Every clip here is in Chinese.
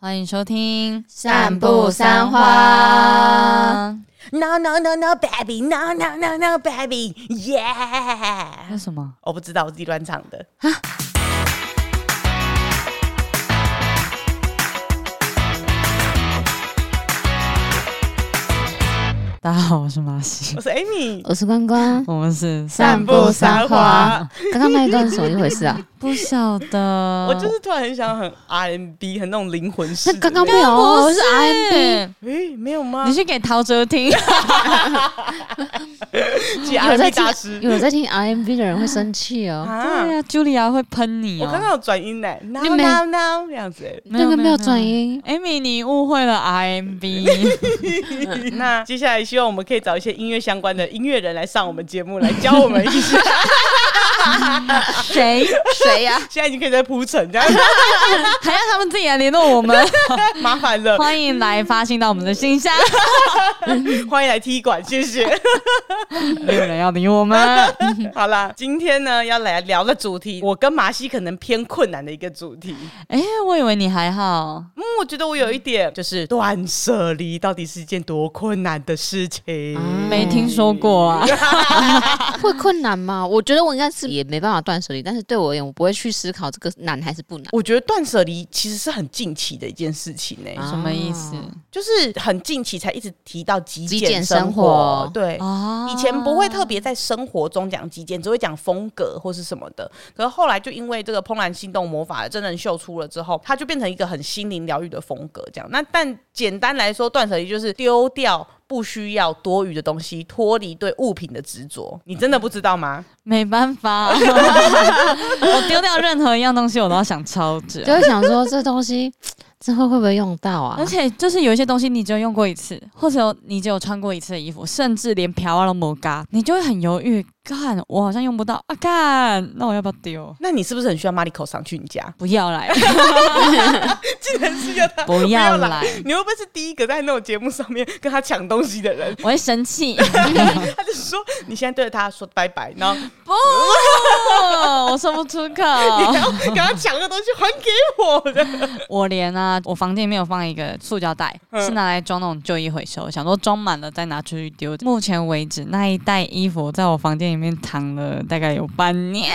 欢迎收听《散步三花》。 No no no no baby no no no no baby yeah！哦那什么？ 我不知道，我自己乱唱的。大家好，我是马西我，是 Amy，我是关嗯关，我们是散步撒花。刚刚那一段是怎么一回事啊？ 不晓得，我就是突然很想很 R&B，很那种灵魂式哦那的。刚刚没有哦，我是 R&B，诶，没有吗？你去给陶喆听，是有在 R&B 听大师有在听 R&B 的人会生气哦。啊对？呀，Julia 会喷你哦。我刚刚有转音呢，no 你没 no no 这样子欸。那个没有转音， ，Amy，你误会了 RMB。 嗯那接下来希望我们可以找一些音乐相关的音乐人来上我们节目，来教我们 一些。谁？谁呀？现在已经可以在铺陈，这样还要他们自己来联络我 们？麻烦了。欢迎来发信到我们的信 箱，欢迎来踢馆，谢谢。没有人要理 我们。好啦，今天呢要来聊的主题，我跟麻西可能偏困难的一个主题。哎，我以为你还好，嗯，我觉得我有一点就是断舍离到底是一件多困难的事情。没听说过啊。 会困难吗？我觉得我应该是也没办法断舍离，但是对我而言，我不会去思考这个难还是不难。我觉得断舍离其实是很近期的一件事情呢、啊什么意思？就是很近期才一直提到极极简生生活对，啊 以前不会特别在生活中讲极简，只会讲风格或是什么的。可是后来就因为这个《怦然心动魔法》的真人秀出了之后，它就变成一个很心灵疗愈的风格。这样，那但简单来说，断舍离就是丢掉。不需要多余的东西，脱离对物品的执着。你真的不知道吗？没办 法，我丢掉任何一样东西，我都要想超啊久。就会想说这东西之后会不会用到啊而？且就是有一些东西你只有用过一次，或者你只有穿过一次的衣服，甚至连瓢啊都没嘎，你就会很犹豫。干，我好像用不到啊！干，那我要不要丢？那你是不是很需要 Mariko 上去你家？不要来， 竟然 是要他，不要来，你会不会是第一个在那种节目上面跟他抢东西的人？我会生 气。他就说你现在对着他说拜拜， 然后不，我说不出口。你要跟他抢个东西还给我的。 我连啊，我房间里面有放一个塑胶袋，嗯是拿来装那种旧衣回收，想说装满了再拿出去丢。目前为止，那一袋衣服在我房间里面躺了大概有半 年，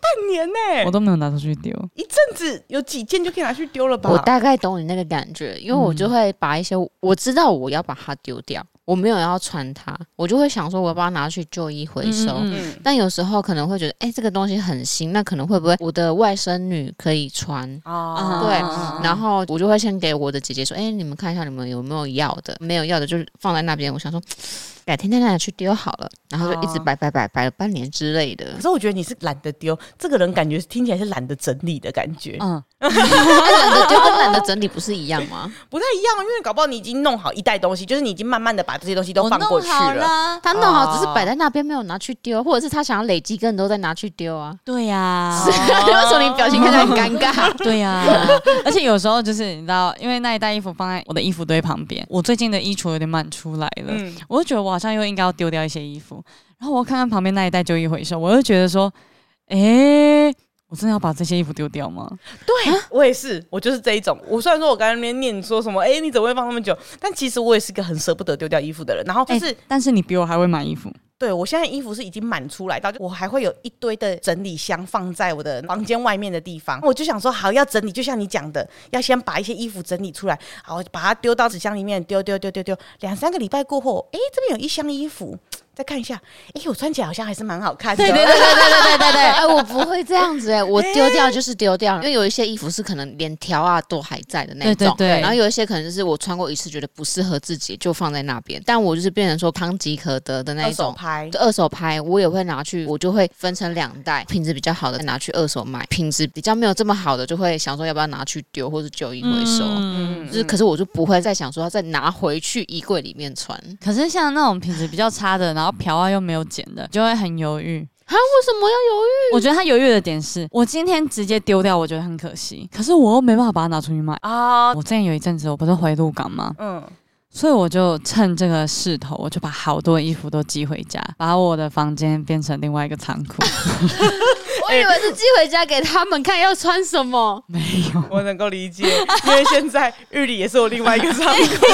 半年呢、我都没有拿出去丢。一阵子有几件就可以拿去丢了吧？我大概懂你那个感觉，因为我就会把一些我知道我要把它丢掉，我没有要穿它，我就会想说我要把它拿去旧衣回收。嗯嗯嗯嗯但有时候可能会觉得，哎、这个东西很新，那可能会不会我的外甥女可以穿？啊对嗯然后我就会先给我的姐姐说，哎、你们看一下你们有没有要的，没有要的就是放在那边。我想说，改天再拿去丢好了，然后就一直哦摆摆摆摆了半年之类的可。是我觉得你是懒得丢，这个人感觉听起来是懒得整理的感觉，嗯，哎懒得丢跟懒得整理不是一样 吗？不太一样。因为搞不好你已经弄好一袋东西，就是你已经慢慢的把这些东西都我放过弄去好了。了。他弄好哦只是摆在那边没有拿去丢，或者是他想要累积更多再拿去丢啊。对呀、 为什么你表情看起来很尴尬？对呀、而且有时候就是你知道，因为那一袋衣服放在我的衣服堆旁边，我最近的衣橱有点满出来了，嗯，我就觉得我好像又应该要丢掉一些衣服，然后我看看旁边那一袋旧衣回收，我就觉得说，诶，我真的要把这些衣服丢掉吗？啊我也是，我就是这一种。我虽然说我刚才那边念说什么，哎、你怎么会放那么久？但其实我也是个很舍不得丢掉衣服的人。然后就是，诶哎但是你比我还会买衣服，对我现在衣服是已经满出来到，就我还会有一堆的整理箱放在我的房间外面的地方。我就想说，好要整理，就像你讲的，要先把一些衣服整理出来，好我就把它丢到纸箱里面，丢丢丢丢丢。两三个礼拜过后，诶，这边有一箱衣服，再看一下，诶，我穿起来好像还是蛮好看的。对对对对对对！ 哎，我不会这样子哎、我丢掉就是丢掉，因为有一些衣服是可能连条啊都还在的那种，对对对然后有一些可能就是我穿过一次觉得不适合自己，就放在那边。但我就是变成说康吉可得的那二一手种。拍。就二手拍我也会拿去，我就会分成两袋，品质比较好的拿去二手卖，品质比较没有这么好的就会想说要不要拿去丢或者旧衣回收。嗯就是，可是我就不会再想说要再拿回去衣柜里面穿。啊，可是像那种品质比较差的，然后瓢啊又没有剪的，就会很犹豫。为什么要犹豫？我觉得他犹豫的点是，我今天直接丢掉，我觉得很可惜，可是我又没办法把它拿出去卖。啊，我之前有一阵子我不是回鹿港吗？嗯，所以我就趁这个势头，我就把好多衣服都寄回家，把我的房间变成另外一个仓库。我以为是寄回家给他们看要穿什么。没有，我能够理解，因为现在日历也是我另外一 个仓库。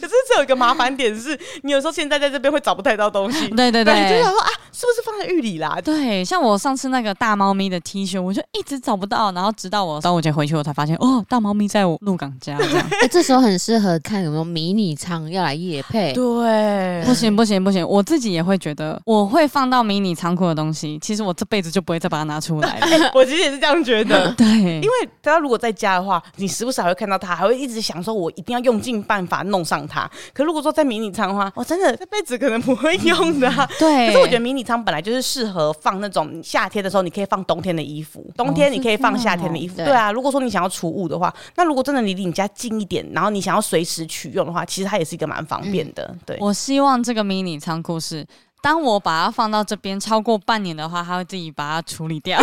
可是这有一个麻烦点是，你有时候现在在这边会找不太到东嗯西。对对你就对想。说啊，是不是放在玉里啦？对，像我上次那个大猫咪的 T 恤，我就一直找不到，然后直到我端午节回去，我才发现哦，大猫咪在我鹿港家。这 样哎，这时候很适合看有没有迷你仓要来夜配。对 不行不行不行，我自己也会觉得，我会放到迷你仓库的东西，其实我这辈子就不会再把它拿出来了。我其实也是这样觉得。 对因，为大家如果在家的话，你时不时还会看到它，还会一直想说，我一定要用尽办法弄上它。可如果说在迷你仓的话，我真的这辈子可能不会用的啊、对，可是我觉得迷你仓本来就是适合放那种夏天的时候，你可以放冬天的衣服，冬天你可以放夏天的衣是服。这样哦对啊，如果说你想要储物的话，那如果真的你离你家近一点，然后你想要随时取用的话，其实它也是一个蛮方便的。对，我希望这个迷你仓库是，当我把它放到这边超过半年的话，它会自己把它处理 掉。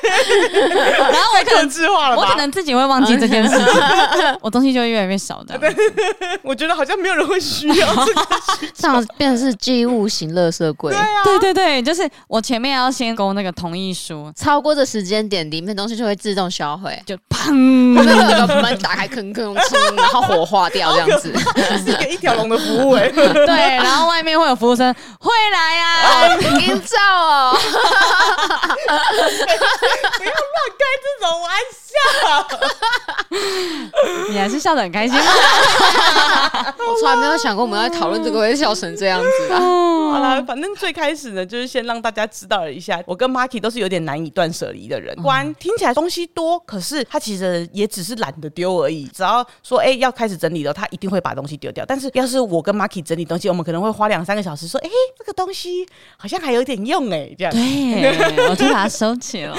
然后我可克能制化了吧？我可能自己会忘记这件事 情，我东西就会越来越少的。我觉得好像没有人会需要这个。这样变成是寄物型垃圾柜。啊对对对，就是我前面要先勾那个同意书，。超过这时间点，里面东西就会自动销毁就砰。那个门打开，吭吭吭，然后火化掉这样子。是一个一条龙的服 务哎、对，然后外面会有服务生会来 啊， 营造哦，这种玩笑，你还是笑得很开心 吗？我从来没有想过我们要讨论这个会笑成这 样子啊！好啦，反正最开始呢，就是先让大家知道了一下，我跟 Marky 都是有点难以断舍离的人。关听起来东西多，可是他其实也只是懒得丢而已。只要说哎、要开始整理了，他一定会把东西丢掉。但是要是我跟 Marky 整理东西，我们可能会花两三个小时说，哎、这个东西好像还有点用哎、这样。对，我就把它收起 来。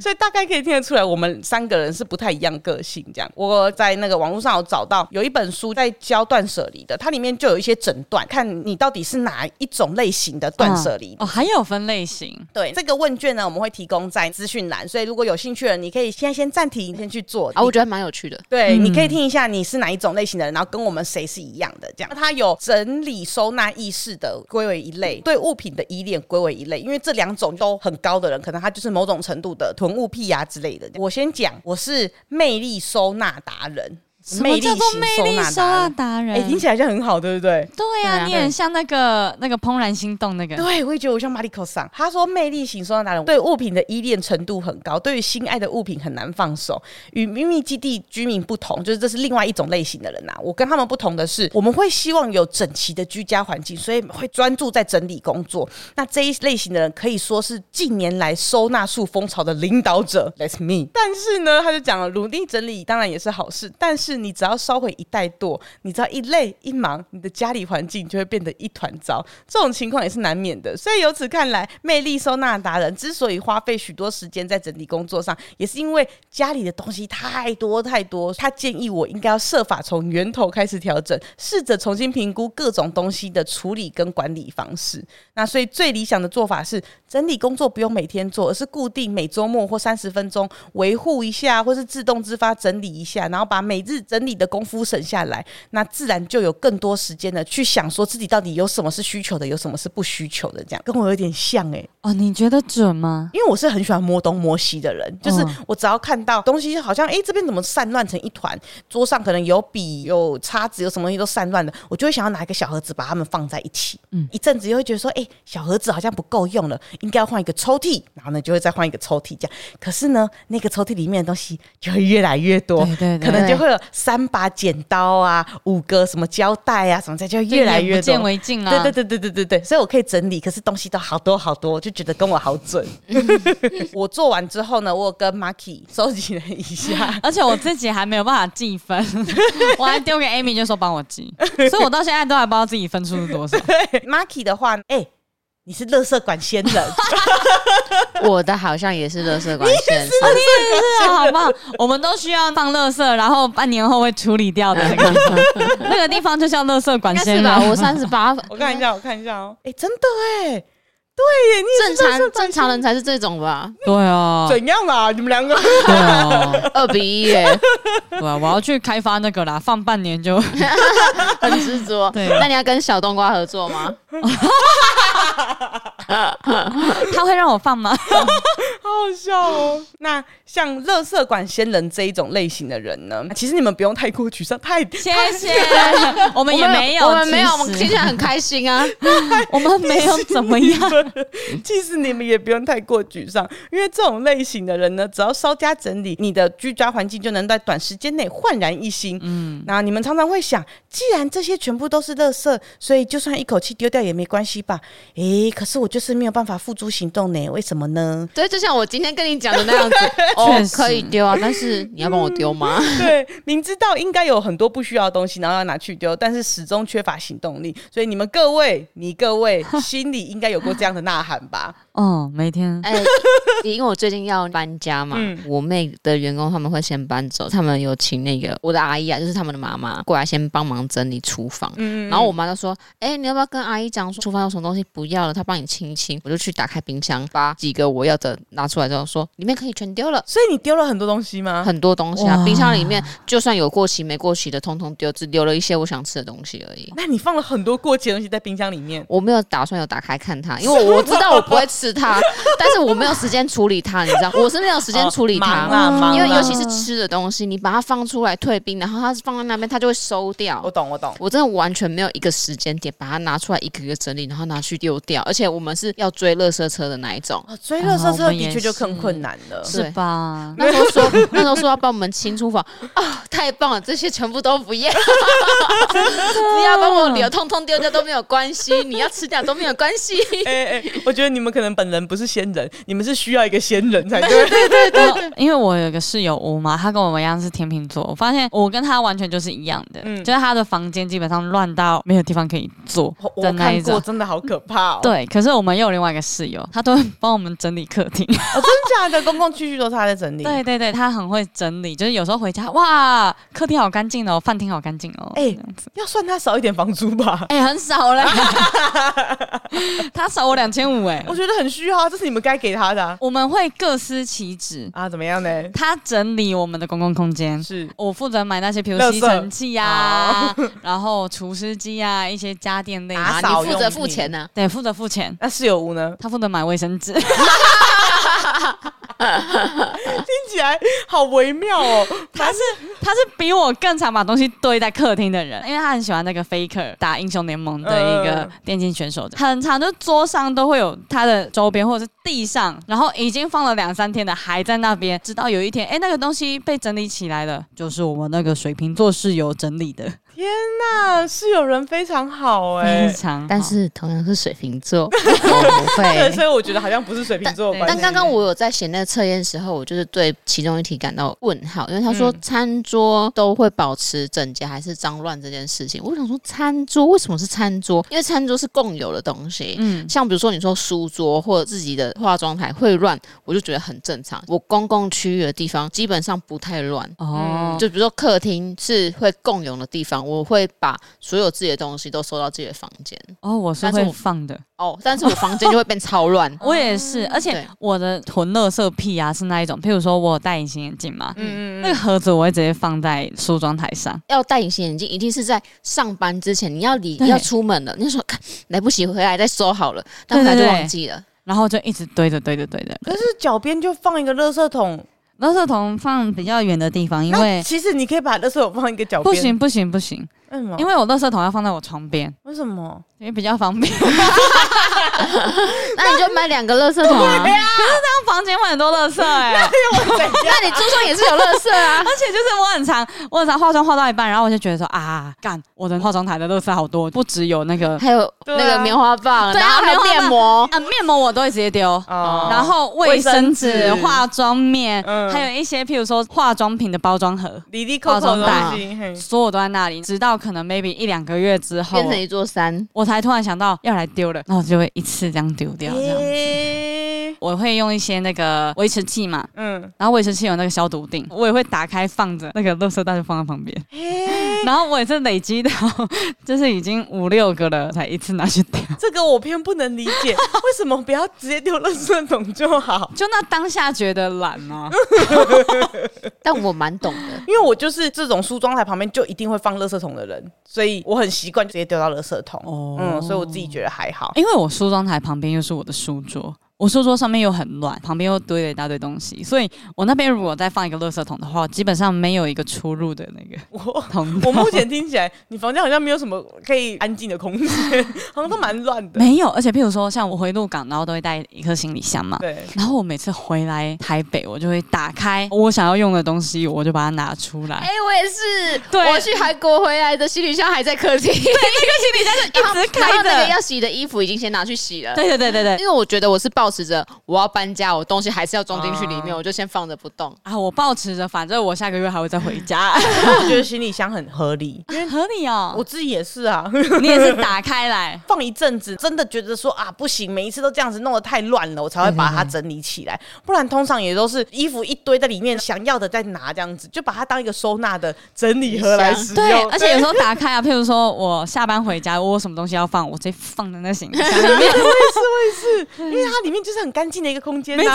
所以大概可以听得出来，我们三个人是不太一样个性。这样，我在那个网络上有找到有一本书在教断舍离的，它里面就有一些诊断，看你到底是哪一种类型的断舍离。哦，还有分类型，对这个问卷呢，我们会提供在资讯栏，所以如果有兴趣的人，你可以现在先暂停，先去做。啊，我觉得蛮有趣的。对，嗯你可以听一下你是哪一种类型的人，然后跟我们谁是一样的这样。它有整理收纳意识的归为一嗯类，对物品的依恋归为一类，因为这两种都很高的人，可能他就是某种程度的囤物癖啊之类的。我先讲，我是魅力收纳达人，什么叫做型魅力收纳达达人？人。哎、听起来就很好，对不对？对对呀、啊你很像那个那个怦然心动那个，对，啊我也觉得我像马里克桑。他说，魅力型收纳达人对物品的依恋程度很高，对于心爱的物品很难放手。与秘密基地居民不同，就是这是另外一种类型的人呐、啊我跟他们不同的是，我们会希望有整齐的居家环境，所以会专注在整理工作。那这一类型的人可以说是近年来收纳术风潮的领导者，That's me。但是呢，他就讲了，努力整理当然也是好事，但是你只要稍微一怠惰，你只要一累一忙，你的家里环境就会变得一团糟。这种情况也是难免的。所以由此看来，魅力收纳达人之所以花费许多时间在整理工作上，也是因为家里的东西太多太多。他建议我应该要设法从源头开始调整，试着重新评估各种东西的处理跟管理方式。那所以最理想的做法是，整理工作不用每天做，而是固定每周末或三十分钟维护一下，或是自动自发整理一下，然后把每日整理的功夫省下来，那自然就有更多时间的去想说自己到底有什么是需求的，有什么是不需求的，这样跟我有点像欸诶、哦，你觉得准吗？因为我是很喜欢摸东摸西的人，就是嗯我只要看到东西好像诶、这边怎么散乱成一团，桌上可能有笔、有叉子、有什么东西都散乱的，我就会想要拿一个小盒子把它们放在一起。嗯，一阵子又会觉得说，诶、小盒子好像不够用了，应该要换一个抽屉，然后呢就会再换一个抽屉这样。可是呢，那个抽屉里面的东西就会越来越多，对对对可能就会有三把剪刀啊，五个什么胶带啊什么的，就会越来越就眼不见多。为净啊！对对对对对对对，所以我可以整理，可是东西都好多好多，我就觉得跟我好 准。我做完之后呢，我有跟 Marky 收集了一下， 而且我自己还没有办法计分，我还丢给 Amy 就说帮我计，所以我到现在都还不知道自己分数是多少。 Marky 的话，哎、你是乐色管仙 人，我的好像也是垃圾管线，是啊，好 不好？我们都需要放垃圾，然后半年后会处理掉的那个 那个地方，就叫垃圾管应该线是吧？了我三十八分，我看一下，我看一下哦，哎、真的哎、正常正常人才是这种吧？对哦，怎样啦？你们两 个对哦，二比一耶，对啊，我要去开 发那个啦，放半年就很执着。对那你要跟小冬瓜合作吗？他会让我放吗？好笑哦。 那像乐色管仙人这一种类型的人呢，其实你们不用太过沮丧，太谢谢，我们也没有，我们没有，其实我们听起来很开 心啊。我们没有怎么样。 其实你们也不用太过沮丧，因为这种类型的人呢，只要稍加整理，你的居家环境就能在短时间内焕然一新。嗯，那你们常常会想，既然这些全部都是垃圾，所以就算一口气丢掉也没关系吧？诶，可是我就是没有办法付诸行动呢，为什么呢？对，就像我今天跟你讲的那样子， 确哦，实可以丢啊，但是你要帮我丢 吗？对，明知道应该有很多不需要的东西，然后要拿去丢，但是始终缺乏行动力。所以你们各位，你各 位心里应该有过这样的呐喊吧？哦，每天哎、因为我最近要搬家嘛，嗯我妹的员工他们会先搬走，他们有请那个我的阿姨啊，就是他们的妈妈过来先帮忙整理厨房。嗯然后我妈就说：“哎、你要不要跟阿姨讲说厨房有什么东西不要了，她帮你清一清。”我就去打开冰箱，把几个我要的拿出来之后说：“里面可以全丢了，所以你丢了很多东西吗？很多东西啊哇，冰箱里面就算有过期没过期的，通通丢，只留了一些我想吃的东西而已。”那你放了很多过期的东西在冰箱里面。我没有打算有打开看它，因为我知道我不会吃它， 但是我没有时间处理它，你知道，我是没有时间处 理它，哦忙啦忙啦因为尤其是吃的东西，你把它放出来退冰，然后它放在那边，它就会收掉我。懂，我懂。我真的完全没有一个时间点把它拿出来一个一个整理，然后拿去丢掉。而且我们是要追垃圾车的那一种，哦，追垃圾啊车我们的也确就更是困难了。是是吧？那时候说那时候说要帮我们清厨房啊，太棒了，这些全部都不要， 你要帮我留，通通丢掉都没有关系， 你要吃掉都没有关系。 哎哎、我觉得你们可能本人不是仙人，你们是需要一个仙人才 对。我因为我有个室友屋嘛，他跟我们一样是天秤座，我发现我跟他完全就是一样的，嗯就是他的房间基本上乱到没有地方可以坐我的那我看一过，种。真的好可怕哦！对，可是我们又有另外一个室友，他都会帮我们整理客 厅。哦，真的假的？公共区域都是他在整理。对对对，他很会整理，就是有时候回家，哇，客厅好干净哦，饭厅好干净哦，哎、哎要算他少一点房租吧。 哎、很少 了，他少我两千五哎我，觉得很需要啊，这是你们该给他的啊。我们会各司其职，啊怎么样呢？他整理我们的公共空间，是我负责买那些，比如垃圾吸尘器呀、啊， 然后除湿机呀，一些家电类的，打 哦啊，扫你嗯负用责品付钱呢、对，负责付钱。那室友屋呢？他负责买卫生纸， 听起来好微妙哦。他是他是比我更常把东西堆在客厅的人，因为他很喜欢那个 Faker 打英雄联盟的一个嗯电竞选手，很常就桌上都会有他的周边或者是地上，然后已经放了两三天的还在那边，直到有一天，哎、那个东西被整理起来了，就是我们那个水瓶座室友整理的，天哪，啊室友人非常好哎、非常好。但是同样是水瓶 座，我不对，所会。以我觉得好像不是水瓶座的关嗯但系。刚刚我有在写那个测验的时候，我就是对其中一题感到问号，因为他说餐桌都会保持整洁还是脏乱这件事情，我想说餐桌为什么是餐桌？因为餐桌是共有的东西。嗯，像比如说你说书桌或者自己的化妆台会乱，我就觉得很正常。我公共区域的地方基本上不太乱，哦，就比如说客厅是会共用的地方，我会把所有自己的东西都收到自己的房间。哦，我是但是会我放的，。哦，但是我房间就会变超乱 我也哦是，而且对我的囤垃圾癖啊是那一种，譬如说我有戴隐形眼镜嘛，嗯那个盒子我会直接放在梳妆台上，要戴隐形眼镜，一定是在上班之前，你要离对要出门了，你就说看来不及回来再收好了，但回来就对对对忘记了。然后就一直堆着堆着堆着，可是脚边就放一个垃圾桶，垃圾桶放比较远的地方，因那为其实你可以把垃圾桶放一个脚不边。行不行不行，为什么？因为我垃圾桶要放在我床边，为 什么？因为比较方便。那你就买两个垃圾 桶啊，那房间会很多垃圾哎、啊那你桌上也是有垃圾啊。 而且就是我很常我很常化妆化到一半，然后我就觉得说啊，干我的化妆台的垃圾好多，不只有那 个还有对啊那个棉花棒，对啊然后还有棉花棒面膜，啊面膜我都会直接丢。哦然后卫生卫纸生、纸化妆棉，嗯还有一些譬如说化妆品的包装盒，里里扣扣的东西，嘿所有都在那里，直到可能 maybe 一两个月之后变，成一座山。我才突然想到要来丢了，然后就会一次这样丢掉。这样诶我会用一些那个维持器嘛，嗯，然后维持器有那个消毒锭，我也会打开放着，那个垃圾袋就放在旁边。诶 然后我也是累积到， 就是已经五六个了，才一次拿去丢。这个我偏不能理解， 为什么不要直接丢垃圾桶就好？就那当下觉得懒哦吗？但我蛮懂 的。因为我就是这种梳妆台旁边就一定会放垃圾桶的人，所以我很习惯直接丢到垃圾桶。哦嗯，所以我自己觉得还好。因为我梳妆台旁边又是我的书桌，我书桌上面又很乱，旁边又堆了一大堆东西，所以我那边如果再放一个垃圾桶的话，基本上没有一个出入的那个我通道。我目前听起来，你房间好像没有什么可以安静的空间， 好像都蛮乱的。没有，而且譬如说，像我回鹿港，然后都会带一个行李箱嘛。对，然后我每次回来台北，我就会打开我想要用的东西，我就把它拿出来。哎、我也是，对我去韩国回来的行李箱还在客厅，那个 行李箱是一直然后开那个的。要洗的衣服已经先拿去洗了。对对对对对因，为我觉得我是抱持着我要搬家，我东西还是要装进去里啊面，我就先放着不动。啊，我抱持着，反正我下个月还会再回家，我觉得行李箱很合理， 合理哦我。自己也是啊。 你也是打开来，放一阵子，真的觉得说啊不行，每一次都这样子弄得太乱了，我才会把它整理起来。不然通常也都是衣服一堆在里面，想要的再拿这样子，就把它当一个收纳的整理盒来使用。对，而且有时候打开啊， 譬如说我下班回家，我有什么东西要放，我直接放在那行哎李箱里面。因为它里面就是很干净的一个空间、啊，没错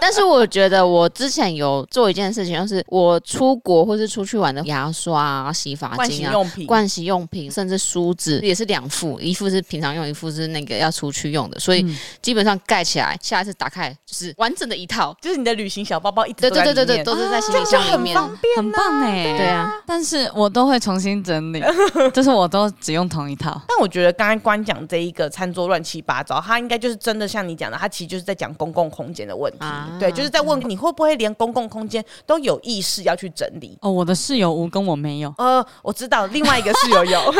但是我觉得我之前有做一件事情，就是我出国或是出去玩的牙刷啊、洗发盥洗精啊。用品。盥洗用品，甚至梳子也是两副，一副是平常用，一副是那个要出去用的，所以嗯基本上盖起来，下一次打开就是完整的一套。就是你的旅行小包包一直啊对都在对里对对对，面啊都是在行李箱里面。很棒哎、 对啊，但是我都会重新整理，就是我都只用同一套。但我觉得刚刚光讲这一个餐桌乱七八糟，他应该就是真的像你讲的，他其实就是在讲公共空间的问题，啊对，就是在问你会不会连公共空间都有意识要去整理。哦，我的室友吴跟我没有，呃，我知道另外一个室友 有，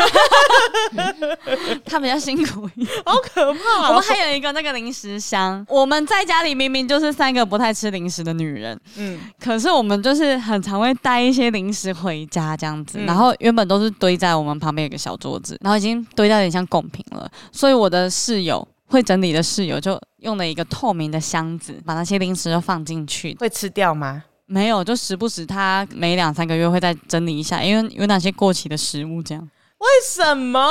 他比较辛苦一点。 好可 我怕哦、们还有一个那个零食箱，我们在家里明明就是三个不太吃零食的女人，嗯，可是我们就是很常会带一些零食回家这样子，嗯然后原本都是堆在我们旁边有个小桌子，然后已经堆到有点像贡品了，所以我的室友会整理的室友就用了一个透明的箱子，把那些零食都放进去。会吃掉吗？没有，就时不时他每两三个月会再整理一下，因为有哪些过期的食物这样，为什么？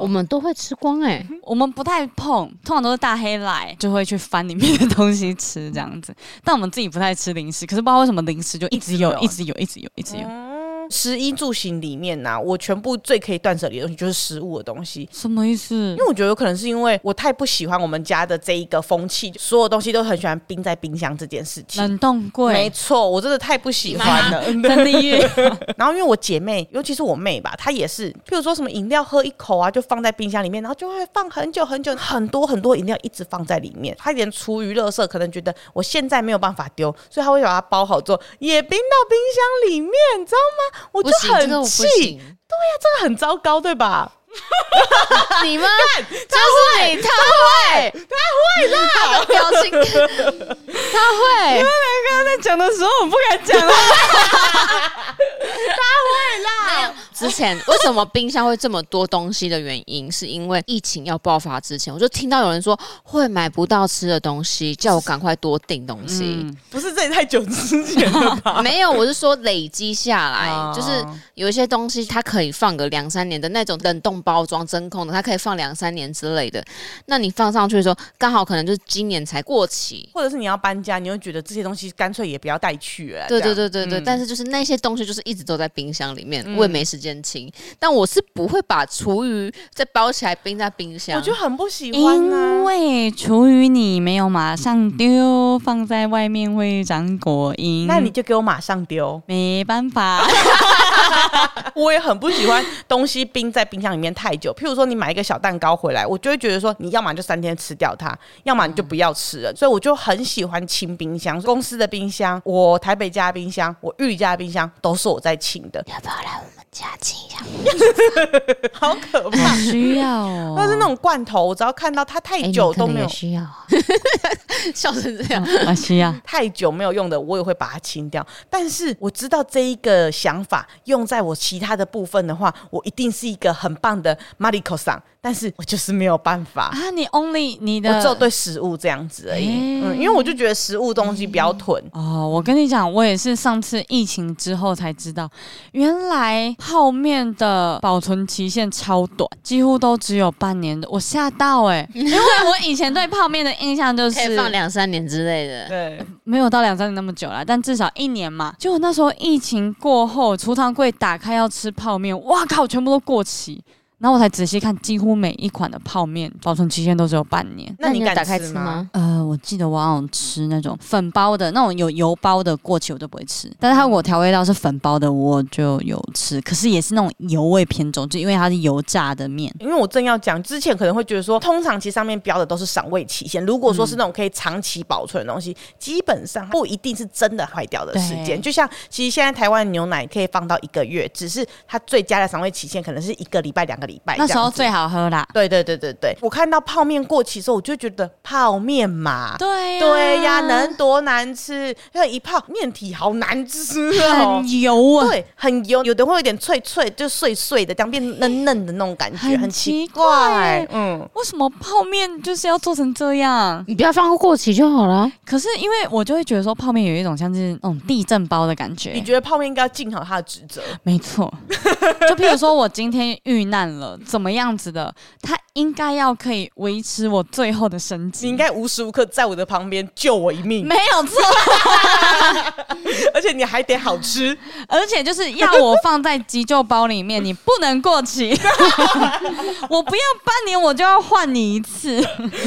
我们都会吃光哎、我们不太碰，通常都是大黑来就会去翻里面的东西吃这样子。 但我们自己不太吃零食，可是不知道为什么零食就一直有，一一直有，一直有，一直有。食衣住行里面呐、我全部最可以断舍离的东西就是食物的东西。什么意思因？为我觉得有可能是因为我太不喜欢我们家的这一个风气，所有东西都很喜欢冰在冰箱这件事情。冷冻没柜、错，我真的太不喜欢了。真的耶，然后因为我姐妹，尤其是我妹吧，她也是，譬如说什么饮料喝一口啊，就放在冰箱里面，然后就会放很久很久，很多很多饮料一直放在里面。她连厨余垃圾可能觉得我现在没有办法丢，所以她会把它包好之后也冰到冰箱里面，你知道吗？我不就行，这个很我不气，行。这很糟糕，对吧？ 你吗？就是你，他会，他会啦，表情， 他会。刚刚在讲的时候我不敢讲了。之前为什么冰箱会这么多东西的原因，是因为疫情要爆发之前，我就听到有人说会买不到吃的东西，叫我赶快多订东西。嗯 不是这也太久之前了吧？ 没有，我是说累积下来，哦哎就是有一些东西它可以放个两三年的那种冷冻包装真空的，它可以放两三年之类的。那你放上去的时候，刚好可能就是今年才过期。或者是你要搬家，你会觉得这些东西干脆也不要带去了。对这对样对对对，但是就是那些东西就是一直都在冰箱里面，我也没时间清。但我是不会把厨余再包起来冰在冰箱，我就很不喜欢啊因呢、为厨余你没有马上丢，放在外面会长果蝇。那你就给我马上丢。没办法，我也很不喜欢东西冰在冰箱里面太久。譬如说，你买一个小蛋糕回来，我就会觉得说，你要么就三天吃掉它，要么你就不要吃了。所以我就很喜欢清冰箱，公司的冰箱，我台北家的冰箱，我玉家的冰箱都是我在清的，要不要来我们家清一下？ 好可怕。 需要哦但 是那种罐头，我只要看到它哎太久都没有、需要， 笑成这 样。啊，需要。太久没有用的，我也会把它清掉。但是我知道这一个想法用在我其他的部分的话，我一定是一个很棒的 Mariko 桑。但是我就是没有 办法。啊，你 only 你的我只有对食物这样子而已，欸嗯，因为我就觉得食物东西比较囤，哦，我跟你讲，我也是上次疫情之后才知道，原来泡面的保存期限超短，几乎都只有半年的，我吓到哎、 因为我以前对泡面的印象就可以是放两三年之类的。对，没有到两三年那么久了，但至少一年嘛。结果那时候疫情过后，储藏柜打开要吃泡面，哇靠，全部都过期。然后我才仔细看，几乎每一款的泡面保存期限都只有半年。那你有敢打开吃吃吗？吗？呃，我记得我好像吃那种粉包的那种有油包的过期我都不会吃，但是它如果调味料是粉包的我就有吃，可是也是那种油味偏重，就因为它是油炸的面。因为我正要讲，之前可能会觉得说，通常其实上面标的都是赏味期限。如果嗯说是那种可以长期保存的东西，基本上不一定是真的坏掉的时间。对就像其实现在台湾的牛奶可以放到一个月，只是它最佳的赏味期限可能是一个礼拜、两个礼拜。那时候最。好喝啦。对对对对对，我看到泡面过期的时候，我就觉得泡面嘛，对对呀、能多难吃？那一泡面体好难吃哦，很油啊，对，很油，有的会有点脆脆，就碎碎的，这样变嫩嫩的那种感觉，很很奇奇怪怪。嗯，为什么泡面就是要做成这样？你不要放过期就好了。啊可是因为我就会觉得说，泡面有一种像是那种地震包的感你觉。觉得泡面应该要尽好它的职责？没错，就譬如说我今天遇难了，怎么样子的，它应该要可以维持我最后的生你机应。该无时无刻在我的旁边救我一命，没有错，而且你还得好 吃。而且就是要我放在急救包里面，你不能过 期。我不要半年，我就要换你一次。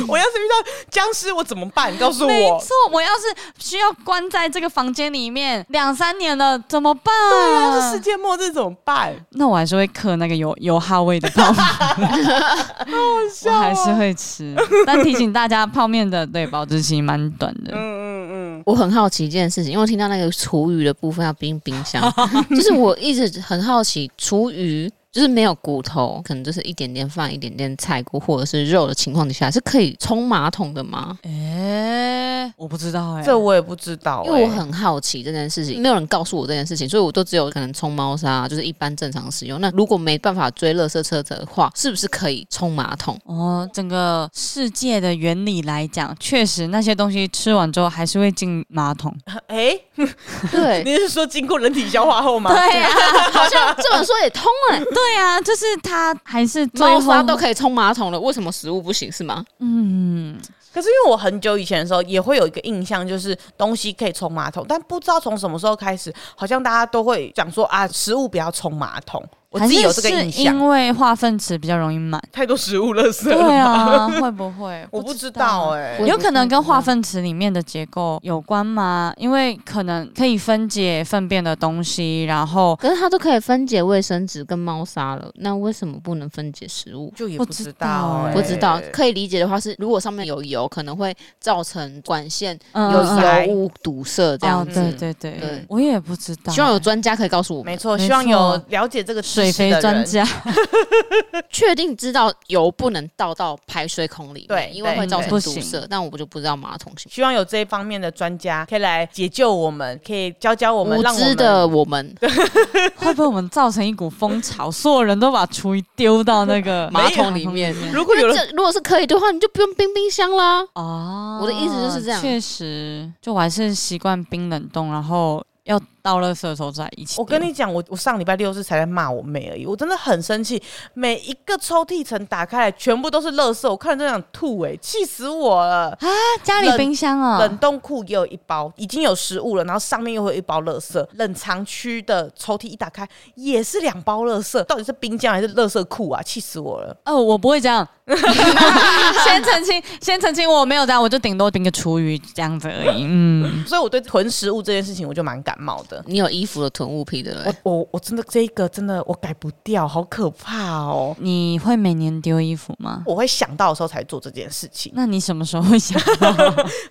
我要是遇到僵尸，我怎么办？告诉没我。错，我要是需要关在这个房间里面两三年了，怎么办？对啊，这世界末日怎么办？那我还是会嗑那个油油哈味的 泡面，我啊还是会吃。但提醒大家，泡面的对保质期蛮短的。嗯嗯我很好奇一件事情，因为我听到那个厨余的部分要冰冰 箱，就是我一直很好奇厨余。就是没有骨头，可能就是一点点饭、一点点菜骨或者是肉的情况底下，是可以冲马桶的吗？哎、我不知道哎、嗯，这我也不知道、因为我欸很好奇这件事情，没有人告诉我这件事情，所以我都只有可能冲猫砂，就是一般正常使用。那如果没办法追垃圾车的话，是不是可以冲马桶？哦，整个世界的原理来讲，确实那些东西吃完之后还是会进马桶。哎、 对，你是说经过人体消化后吗？对啊，好像这么说也通 哎、对啊，就是它还是最猫后砂都可以冲马桶了，为什么食物不行是吗？嗯，可是因为我很久以前的时候也会有一个印象，就是东西可以冲马桶，但不知道从什么时候开始，好像大家都会讲说啊，食物不要冲马桶。我还自己是有这个印是因象，为化粪池比较容易满。太多食物垃圾了。对啊，会不会？ 我不知道哎、我也有不可能太跟知化道粪池里面的结构有关吗？因为可能可以分解粪便的东西，然后可是它都可以分解卫生纸跟猫砂了，那为什么不能分解食物？就也不不知知道、道欸，不知道，可以理解的话是，如果上面有油，可能会造成管线嗯有嗯塞油污堵塞这样哦，子。对对对，对我也不知道。希望有专家可以告诉我们没，错，没错希望有了解这个知识水肥的专人。家，确定知道油不能倒到排水孔里面，对因为会造成对堵对不塞。但我就不知道马桶行希望有这一方面的专家可以来解救我们，可以教教我不行们，让无我知们的我 们会不会我们造成一股风 潮，所有人都把厨余丢到那个马桶里面。如果有那人这如果是可以的话，你就不用冰冰箱啦。哦，我的意思就是这样确实，就我还是习惯冰冷冻，然后要倒垃圾的时候再一起丢。我跟你讲，我我上礼拜六日才在骂我妹而已，我真的很生气。每一个抽屉层打开来，全部都是垃圾，我看了真想吐哎、气死我了！啊家里冷冰箱冷哦，冻库也有一包，已经有食物了，然后上面又会有一包垃圾。冷藏区的抽屉一打开，也是两包垃圾，到底是冰箱还是垃圾库啊？气死我了！哦，我不会这 样。先澄清，先澄清，我没有这样，我就顶多冰个厨余这样子而已。嗯。所以我对囤食物这件事情，我就蛮感冒的。你有衣服的囤物癖对不对？我我我真的这一个真的我改不掉，好可怕哦！你会每年丢衣服吗？我会想到的时候才做这件事情，那你什么时候会 想？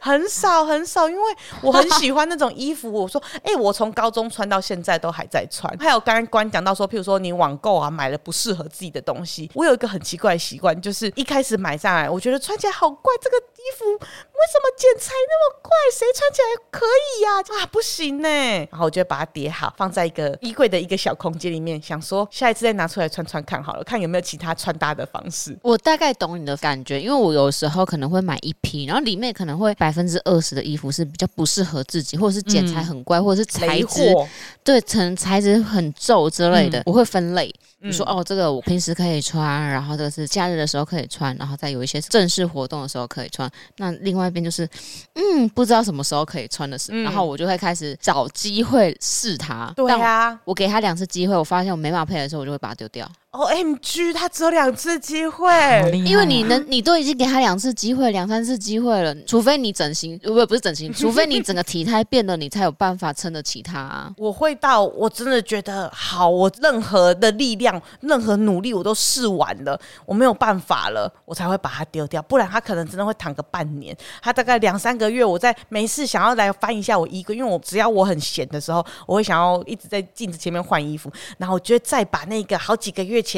很少很少，因为我很喜欢那种衣服。我说，哎、我从高中穿到现在都还在穿。 还有刚刚关讲到说，譬如说你网购啊买了不适合自己的东西，我有一个很奇怪的习惯，就是一开始买上来我觉得穿起来好怪，这个衣服为什么剪裁那么怪？谁穿起来可以呀、啊？不行呢、然后我就把它叠好，放在一个衣柜的一个小空间里面，想说下一次再拿出来穿穿看好了，看有没有其他穿搭的方式。我大概懂你的感觉，因为我有时候可能会买一批，然后里面可能会百分之二十的衣服是比较不适合自己，或者是剪裁很怪，或者是材雷质货，对，可能材质很皱之类的，我会分类。嗯你说哦，这个我平时可以穿，然后这个是假日的时候可以穿，然后再有一些正式活动的时候可以穿。那另外一边就是，嗯，不知道什么时候可以穿的事，嗯然后我就会开始找机会试它。对但啊我给他两次机会，我发现我没办法配的时候，我就会把它丢掉。 ，O M G，他只有两次机会，嗯啊因为你能，你都已经给他两次机会、两三次机会了，除非你整形，呃不不是整形，除非你整个体态变了，你才有办法撑得起他、啊。我会到我真的觉得好，我任何的力量、任何努力我都试完了，我没有办法了，我才会把它丢掉。不然它可能真的会躺个半年，它大概两三个月，我在没事想要来翻一下我衣柜，因为我只要我很闲的时候，我会想要一直在镜子前面换衣服，然后我就会再把那个好几个月前。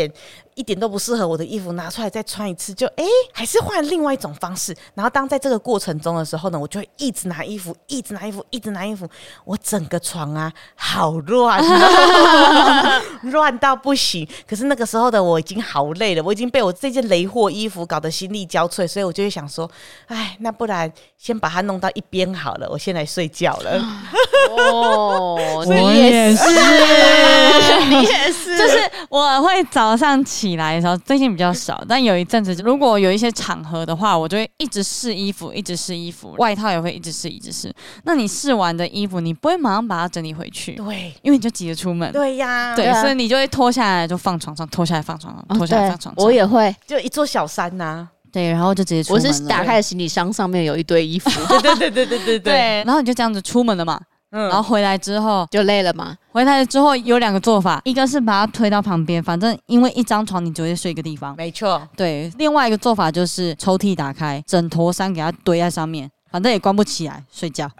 一点都不适合我的衣服拿出来再穿一次，就哎、诶还是换另外一种方式。然后当在这个过程中的时候呢，我就会一直拿衣服，一直拿衣服，一直拿衣服，我整个床啊好乱 哦，乱到不行。可是那个时候的我已经好累了，我已经被我这件雷货衣服搞得心力交瘁，所以我就会想说，哎，那不然先把它弄到一边好了，我先来睡觉了。 哦，我你也是也是，你也是，就是我会早上起来的时候，最近比较少，但有一阵子，如果有一些场合的话，我就会一直试衣服，一直试衣服，外套也会一直试，一直试。那你试完的衣服，你不会马上把它整理回去，对，因为你就急着出门。对呀，对对，啊所以你就会脱下来就放床上，脱下来放床上，脱哦下来对放床，上。我也会，就一座小山呐、对，然后就直接出我门了。是打开的行李箱上面有一堆衣服，对对对对对对对，，然后你就这样子出门了嘛。嗯然后回来之后，就累了嘛。回来之后有两个做法，一个是把它推到旁边，反正因为一张床你只会睡一个地方。没错。对，另外一个做法就是抽屉打开，枕头衫给它堆在上面，反正也关不起来，睡 觉。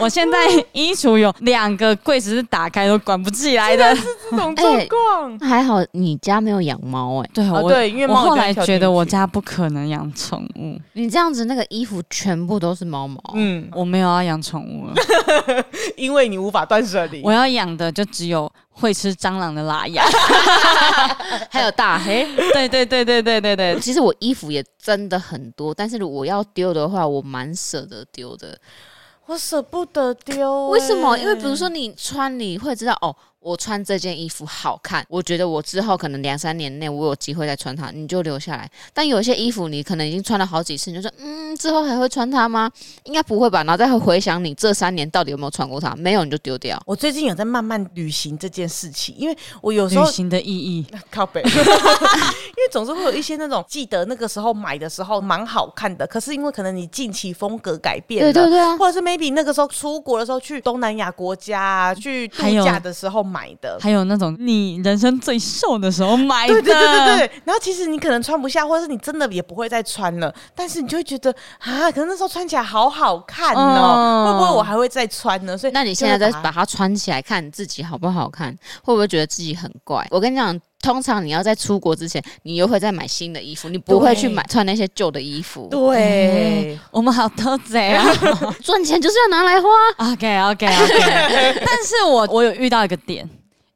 我现在衣橱有两个柜子是打开都关不起来的。这种状况。还好你家没有养猫哎、对，哦我、对因为我猫后就会来跳觉进得我去家不可能养宠物，你这样子那个衣服全部都是猫毛，嗯，我没有要养宠物了，因为你无法断舍离我。要养的就只有会吃蟑螂的拉 雅。还有 大黑。对对对对对对对，其实我衣服也真的很多，但是如果要丢的话，我蛮舍得丢的。我舍不得丢、为什么？因为比如说你穿，你会知道哦，我穿这件衣服好看，我觉得我之后可能两三年内我有机会再穿它，你就留下来。但有一些衣服你可能已经穿了好几次，你就说嗯，之后还会穿它吗？应该不会吧？然后再回想你这三年到底有没有穿过它，没有你就丢掉。我最近有在慢慢旅行这件事情，因为我有时旅候行的意义，靠北， 因为总是会有一些那种记得那个时候买的时候蛮好看的，可是因为可能你近期风格改变了，对对对啊！或者是 maybe 那个时候出国的时候去东南亚国家啊去度还有假的时候买的，还有那种你人生最瘦的时候买的，对对对对对。然后其实你可能穿不下，或者是你真的也不会再穿了，但是你就会觉得啊，可能那时候穿起来好好看哦，嗯会不会我还会再穿呢？所以那你就现会在再它把它穿起来，看自己好不好看，会不会觉得自己很怪？我跟你讲，通常你要在出国之前，你又会再买新的衣服，你不会去买穿那些旧的衣服。嗯对，我们好多贼 啊赚钱就是要拿来花。 ！OK OK OK，但是我我有遇到一个点。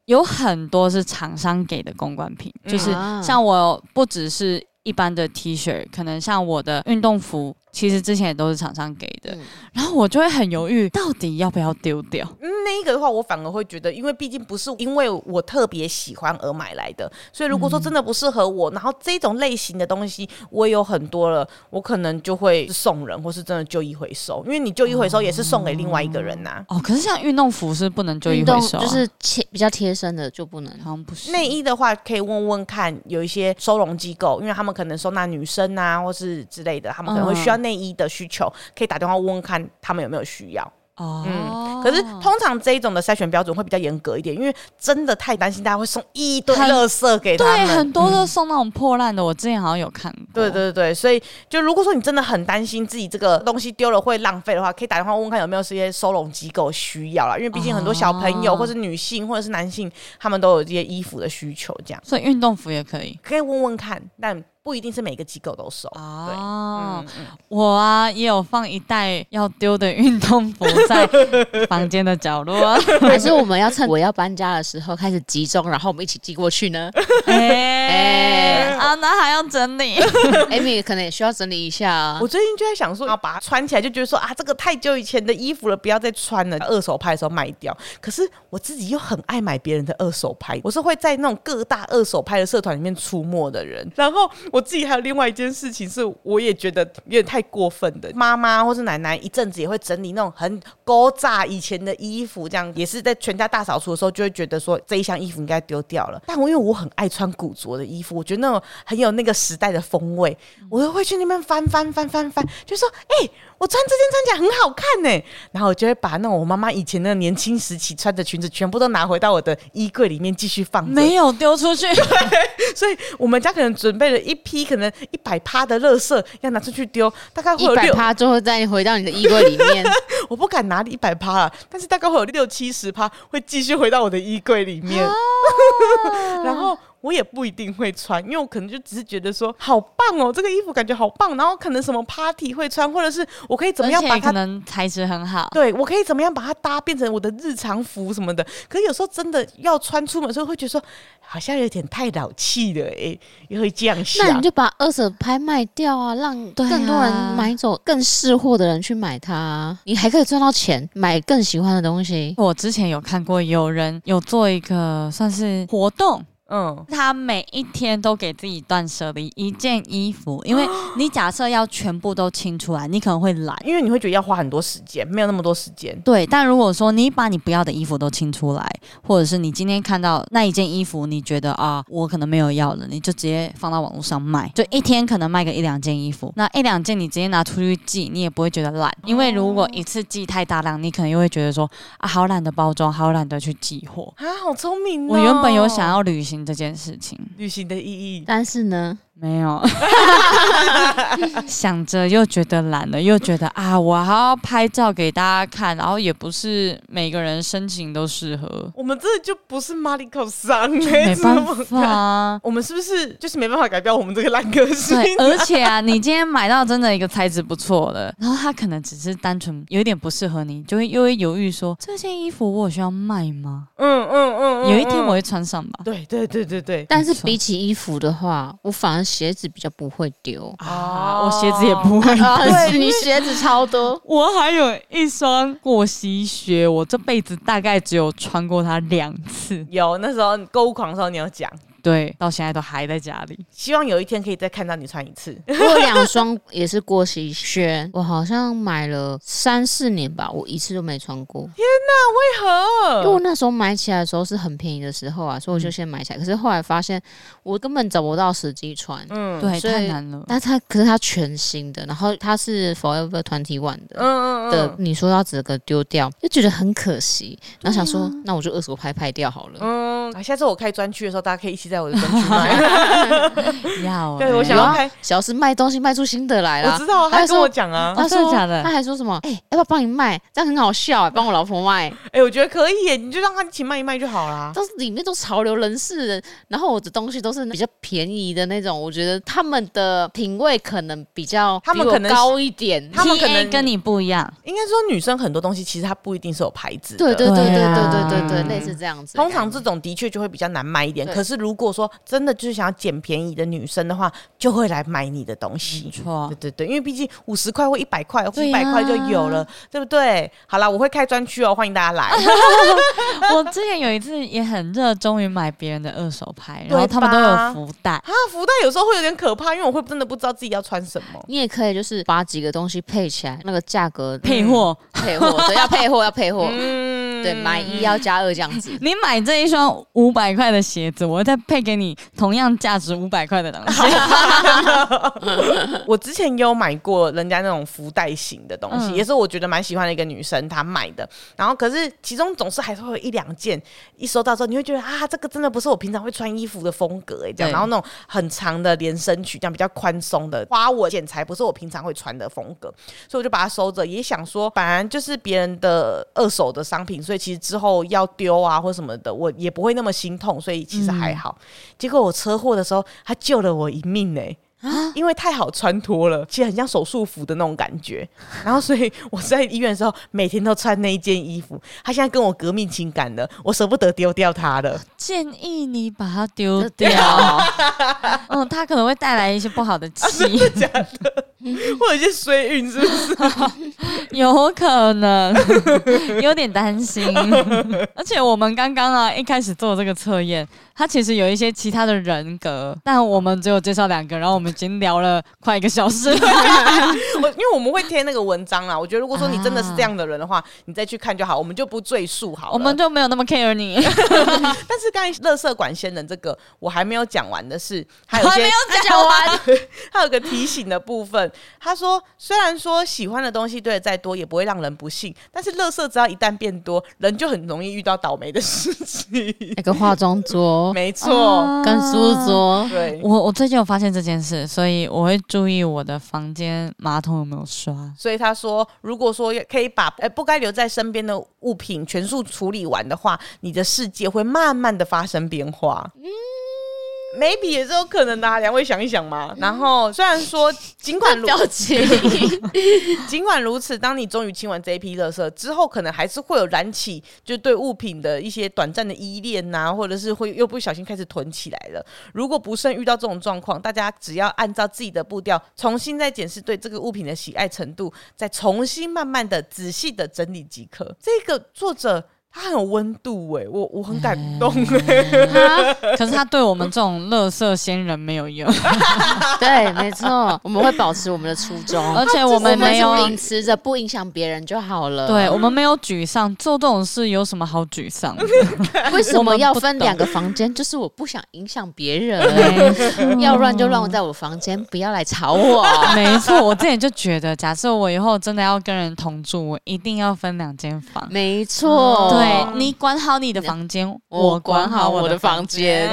有很多是厂商给的公关品，嗯就是啊像我不只是一般的 T 恤，可能像我的运动服，其实之前也都是厂商给的， 嗯然后我就会很犹豫，到底要不要丢掉？嗯那一个的话，我反而会觉得，因为毕竟不是因为我特别喜欢而买来的，所以如果嗯说真的不适合我，然后这种类型的东西我也有很多了，我可能就会送人，或是真的就医回收，因为你就医回收也是送给另外一个人呐、哦，可是像运动服是不能就一运回动收、啊，就是贴比较贴身的就不 能。好像不是内衣的话，可以问问看，有一些收容机构，因为他们可能收纳女生啊，或是之类的，他们可能会需要内衣的需求，可以打电话问问看他们有没有需要。哦、嗯可是通常这一种的筛选标准会比较严格一点，因为真的太担心大家会送一堆很垃圾给他对，们。嗯很多都送那种破烂的，我之前好像有看过。对对对，所以就如果说你真的很担心自己这个东西丢了会浪费的话，可以打电话问看有没有这些收容机构需要啦，因为毕竟很多小朋友哦或是女性或者是男性，他们都有这些衣服的需求，这样所以运动服也可以。可以问问看。但不一定是每个机构都收。对，哦嗯，，嗯我啊也有放一袋要丢的运动服在房间的角 落，还是我们要趁我要搬家的时候开始集中，然后我们一起寄过去 呢哎、哎啊，那还要整 理， ？Amy 可能也需要整理一下啊我。最近就在想说，要把它穿起来，就觉得说啊，这个太久以前的衣服了，不要再穿了，二手拍的时候卖掉。可是我自己又很爱买别人的二手拍，我是会在那种各大二手拍的社团里面出没的人。然后我自己还有另外一件事情是，我也觉得有点太过分的。妈妈或是奶奶一阵子也会整理那种很勾炸以前的衣服，这样也是在全家大扫除的时候就会觉得说这一箱衣服应该丢掉了。但我因为我很爱穿古着的衣服，我觉得那种很有那个时代的风味，我又会去那边翻翻翻翻翻，就说：“哎、我穿这件穿起来很好看呢、然后我就会把那种我妈妈以前那个年轻时期穿的裙子全部都拿回到我的衣柜里面继续放着。没有丢出去，所以我们家可能准备了一批可能一百趴的垃圾要拿出去丢，大概会一有百六，趴最后再回到你的衣柜里面，我不敢拿一百趴了，但是大概会有六七十趴会继续回到我的衣柜里面， 然后。我也不一定会穿，因为我可能就只是觉得说好棒哦，这个衣服感觉好棒，然后可能什么 party 会穿，或者是我可以 怎么而样把且它可能材质很好，对我可以怎么样把它搭变成我的日常服什么的？可是有时候真的要穿出门的时候，会觉得说好像有点太老气了、诶，也会这样想。那你就把二手拍卖掉啊，让对啊更多人买走，更识货的人去买它啊，你还可以赚到钱，买更喜欢的东西。我之前有看过有人有做一个算是活动，嗯，他每一天都给自己断舍离一件衣服，因 为你假设要全部都清出来，你可能会懒。因为你会觉得要花很多时间，没有那么多时间。对，但如果说你把你不要的衣服都清出来，或者是你今天看到那一件衣服，你觉得啊，我可能没有要了，你就直接放到网络上卖，就一天可能卖个一两件衣服，那一两件你直接拿出去寄，你也不会觉得懒，因为如果一次寄太大量，你可能又会觉得说啊，好懒得包装，好懒得去寄货。啊，好聪明、哦！我原本有想要旅行这件事情，旅行的意义，但是呢，没 有，想着又觉得懒了，又觉得啊，我还要拍照给大家看，然后也不是每个人申请都适合，我们真的就不是马里口商、没欸，办怎么法办。啊。我们是不是就是没办法改变我们这个烂个性？对，而且啊，你今天买到真的一个材质不错的，然后它可能只是单纯有一点不适合你，就会又会犹豫说，这件衣服我有需要卖吗？嗯嗯嗯嗯，有一天嗯我会穿上吧。对对对对对但是没错。比起衣服的话，我反而鞋子比较不会丢啊，我鞋子也不 会啊，对 你鞋子超多，我还有一双过膝靴，我这辈子大概只有穿过它两次，有那时候你购物狂的时候你有讲，对，到现在都还在家里。希望有一天可以再看到你穿一次。我有两双也是过膝靴，我好像买了三四年吧，我一次都没穿 过。为何？因为我那时候买起来的时候是很便宜的时候啊，所以我就先买起来。可是后来发现我根本找不到时机穿，嗯对，所以太难 了。但它可是它全新的，然后它是 Forever Twenty One 的。嗯嗯的嗯，你说要整个丢掉，就觉得很可惜，然后想说，那我就二手拍拍掉好了。啊嗯，啊，下次我开专区的时候，大家可以一起在我的专 区买。啊要、欸，对，我想要有啊开，小时卖东西卖出新的来我啦知，道啊，还他有跟说我讲啊哦，他说真的假的他还说什么，哎、要不要帮你卖？这样很好笑、欸，帮我老婆卖。哎，我觉得可以耶，你就让他一起卖一卖就好啦。都是里面都潮流人士的，然后我的东西都是比较便宜的那种，我觉得他们的品味可能比较他们比我可能高一点。他们可 TA 能跟你不一 样，应该说，女生很多东西其实它不一定是有牌子的。对对对对对啊对对对对，类似这样子的通感觉。常这种的确就会比较难卖一点，对可是如果说真的就是想要捡便宜的女生的话，就会来买你的东西没。错对。对对，因为毕竟五十块或一百块、或对一呀百块就有了，对不对？好啦，我会开专区哦，欢迎大家 来。我之前有一次也很热衷于买别人的二手拍，然后对他们都吧有福袋，啊，福袋有时候会有点可怕，因为我会真的不知道自己要穿什么。你也可以就是把几个东西配起来，那个价格嗯配货。配 货，对，要配货要配货，嗯，对，买一要加二这样子。你买这一双五百块的鞋子，我再配给你同样价值五百块的东西。 我之前也有买过人家那种福袋型的东西，嗯也是我觉得蛮喜欢的一个女生她买的。然后可是其中总是还是会有一两件，一收到之后你会觉得啊，这个真的不是我平常会穿衣服的风格哎、欸，这样。对然后那种很长的连身裙，这样比较宽松的花纹剪裁，不是我平常会穿的风格，所以我就把它收着，也想说，反正就是别人的二手的商品，所以其实之后要丢啊或什么的，我也不会那么心痛，所以其实还好。结果我车祸的时候，他救了我一命哎、因为太好穿脱了，其实很像手术服的那种感觉。然后，所以我在医院的时候，每天都穿那一件衣服。它现在跟我革命情感了，我舍不得丢掉 它了。建议你把它丢 掉。嗯，它可能会带来一些不 好的气，我有一些衰运，是不 是？有可能 有点担心。而且我们刚刚啊一开始做这个测验，它其实有一些其他的人格，但我们只有介绍两个，然后我们已经聊了快一个小时了。啊我因为我们会贴那个文章啊啦，我觉得如果说你真的是这样的人的话，你再去看就好，我们就不赘述好了。我们就没有那么 care 你，但是刚才乐色管仙人这个我还没有讲完的是，还有一还没 些有讲完。还有个提醒的部分，他说虽然说喜欢的东西堆的再多也不会让人不幸，但是乐色只要一旦变多，人就很容易遇到倒霉的事情。 那个化妆 桌没错，哦跟书桌，对。我我最近有发现这件事，所以我会注意我的房间马桶有没有刷。所以他说，如果说可以把呃不该留在身边的物品全数处理完的话，你的世界会慢慢的发生变化。maybe 也是有可能的、啊，两位想一想嘛。然后虽然说，尽啊管如表情尽管如此，当你终于清完这一批垃圾之后，可能还是会有燃起就对物品的一些短暂的依恋呐、或者是会又不小心开始囤起来了。如果不慎遇到这种状况，大家只要按照自己的步调，重新再检视对这个物品的喜爱程度，再重新慢慢的、仔细的整理即可。这个作者。他很有温度哎、我我很感动哎、 可是他对我们这种乐色仙人没有 用， 对，没错，我们会保持我们的初 衷，而呃且我我们没有是秉持着不影响别人就好了。对，我们没有沮丧，做这种事有什么好沮丧 的？为什我么们要不分懂两个房间？就是我不想影响别人，要乱就乱在我房间，不要来吵我。 没错，我之前就觉得，假设我以后真的要跟人同住，我一定要分两间房。没错，对你管好你的房间，我管好我的房间。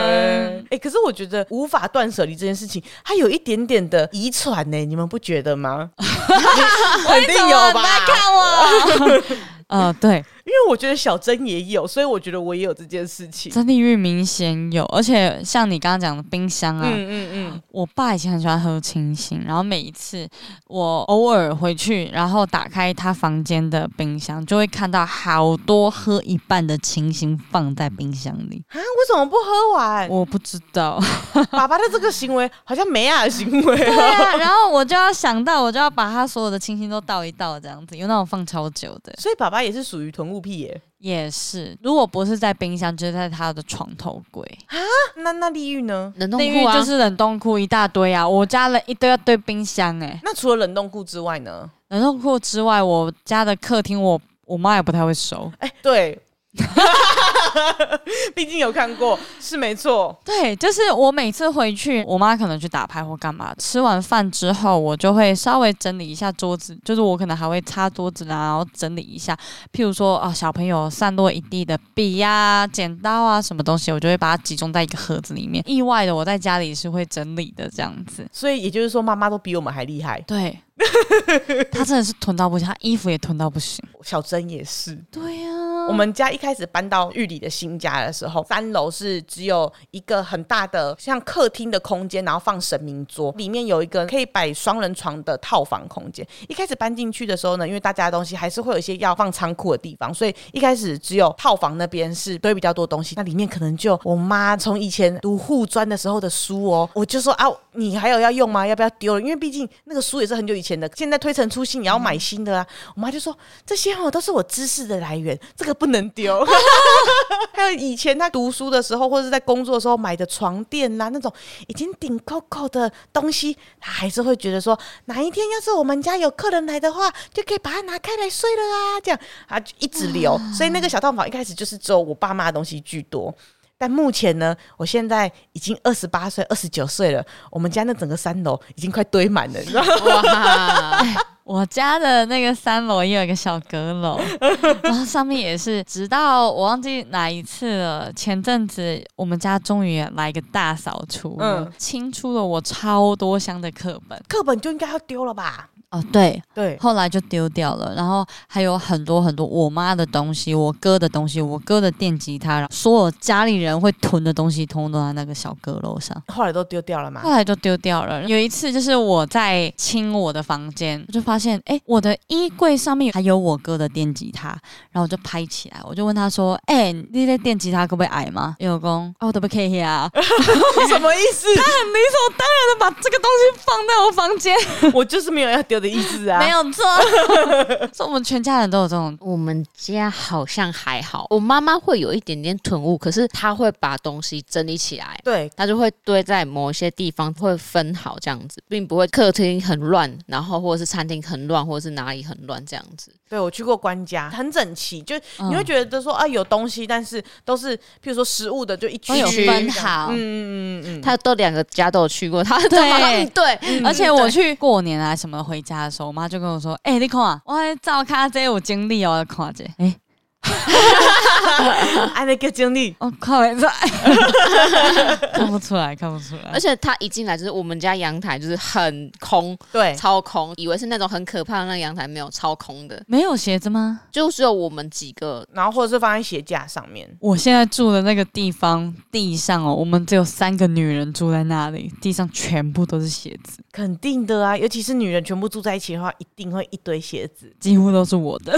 哎、可是我觉得无法断舍离这件事情，它有一点点的遗传呢，你们不觉得吗？ 肯定有吧？看我。 呃，对，因为我觉得小珍也有，所以我觉得我也有这件事情。真地域明显有，而且像你刚刚讲的冰箱啊，嗯嗯我爸以前很喜欢喝清醒，然后每一次我偶尔回去，然后打开他房间的冰箱，就会看到好多喝一半的清醒放在冰箱里。啊，为什么不喝完？ 我不知道，爸爸的这个行为好像梅亚的行 为对哦、 啊，然后我就要想到，我就要把他所有的清醒都倒一倒，这样子，有那种放超久的，所以爸爸也是属于囤物癖耶。也是。如果不是在冰箱，就是在他的床头柜，啊那那利玉呢？冷冻 那库域啊， 就是冷冻库一大堆啊，我家了一堆一堆冰箱哎、那除了冷冻库之外呢？冷冻库之外，我家的客厅我我妈也不太会收。哎、对， 毕竟有看过，是没错。对，就是我每次回去，我妈可能去打牌或干嘛，吃完饭之后，我就会稍微整理一下桌子，就是我可能还会擦桌子啦，啊然后整理一下，譬如说啊，小朋友散落一地的笔呀、剪刀啊，什么东西，我就会把它集中在一个盒子里面。意外的，我在家里是会整理的，这样子。所以也就是说，妈妈都比我们还厉害，对， 她真的是囤到不行，她衣服也囤到不行。小珍也是。对呀、我们家一开始搬到玉里的新家的时候，三楼是只有一个很大的像客厅的空间，然后放神明桌，里面有一个可以摆双人床的套房空间。一开始搬进去的时候呢，因为大家的东西还是会有一些要放仓库的地方，所以一开始只有套房那边是堆比较多东西，那里面可能就我妈从以前读护专的时候的书哦，我就说啊，你还有要用吗？要不要丢了？因为毕竟那个书也是很久以前的，现在推陈出新也要买新的啊。我妈就说这些哦都是我知识的来源，这个不能丢。 还有以前他读书的时候，或者是在工作的时候买的床垫啦，那种已经顶扣扣的东西，他还是会觉得说，哪一天要是我们家有客人来的话，就可以把它拿开来睡了啊，这样啊就一直留。所以那个小套房一开始就是只有我爸妈的东西居多。但目前呢，我现在已经二十八岁、二十九岁了，我们家那整个三楼已经快堆满了，你知道吗？哇，我家的那个三楼也有一个小阁楼，然后上面也是，直到我忘记哪一次了。前阵子我们家终于来一个大扫除，嗯嗯，清出了我超多箱的课本。课本就应该要丢了吧？哦，对，对，后来就丢掉了。然后还有很多很多我妈的东西，我哥的东西，我哥的电吉他，然后所有家里人会囤的东西，通通都在那个小阁楼上。后来都丢掉了嘛后。来就丢掉了。有一次就是我在清我的房间，我就发现，哎、我的衣柜上面还有我哥的电吉他，然后我就拍起来，我就问他说，哎、你的电吉他可不可以矮吗？因为我公，哦，我都不可以啊， 他很理 什么意思？所当然的把这个东西放在我房间，我就是没有要丢的意思啊。没，有错。 所以我们全家人都有这种，我们家好像还好，我妈妈会有一点点囤物，可是她会把东西整理起来，对，她就会堆在某些地方，会分好这样子，并不会客厅很乱，然后或者是餐厅很乱，或者是哪里很乱这样子。对我去过官家，很整齐，就嗯你会觉得说啊有东西，但是都是譬如说食物的就一区都有区分这样好。嗯嗯嗯嗯，她都两个家都有去过，她都对嗯对，而且我去过年啊什么回家的时候，我妈就跟我说：“哎、你看啊，我在照看这有经历哦，我看这，哎、哎那个经历，我看哦没出来， 看不出来，看不出来而。且她一进来就是我们家阳台就是很空，对，超空，以为是那种很可怕的那阳台，没有超空的，没有鞋子吗？就只有我们几个。然后或者是放在鞋架上面，我现在住的那个地方地上哦，我们只有三个女人住在那里，地上全部都是鞋子，肯定的啊，尤其是女人全部住在一起的话，一定会一堆鞋子。几乎都是我 的。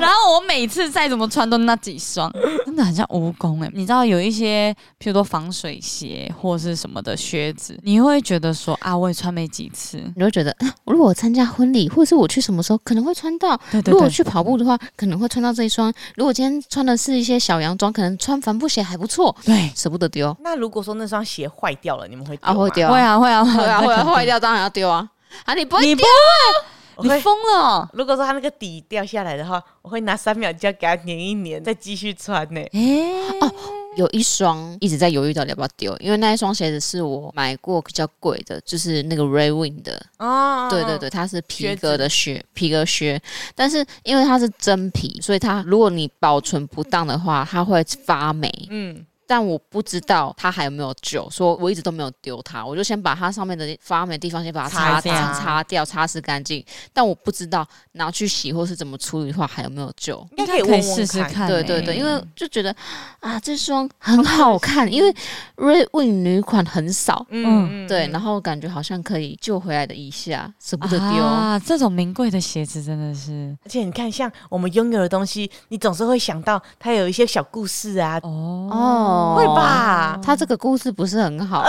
然后我每次再怎么穿都那几双，真的很像蜈蚣哎、你知道有一些，譬如说防水鞋或是什么的靴子，你会觉得说啊，我也穿没几次。你会觉得，啊如果我参加婚礼，或是我去什么时候，可能会穿到，对对如果对，去跑步的话，可能会穿到这一双。如果今天穿的是一些小洋装，可能穿帆布鞋还不错，对，舍不得 丢那如果说那双鞋坏掉了，你们会丢啊，吗会，丢会啊，啊会啊会会啊，会 啊，肯定坏掉当然要丢啊。 啊，你不会你丢不，我你会。疯了哦、如果说它那个底掉下来的话，我会拿三秒胶给它粘一粘，再继续穿呢、哎、哦有一双一直在犹豫到底要不要丢，因为那一双鞋子是我买过比较贵的，就是那个 Raywin 的，哦对对对，，它是皮靴革的嗯靴，皮革靴，但是因为它是真皮，所以它如果你保存不当的话，它会发霉。嗯，但我不知道它还有没有救，所以我一直都没有丢它，我就先把它上面的发霉的地方先把它擦擦掉擦擦掉，擦拭干净。但我不知道拿去洗或是怎么处理的话还有没有救。应该可可以以问问试试看。看、对欸。对对，因为就觉得啊，这双很好看，因为 Red Wing 女款很少，嗯嗯嗯，对，嗯然后感觉好像可以救回来的一下，舍不得丢。啊，这种名贵的鞋子真的是而且你看，像我们拥有的东西，你总是会想到它有一些小故事啊，哦哦会吧？他这个故事不是很好，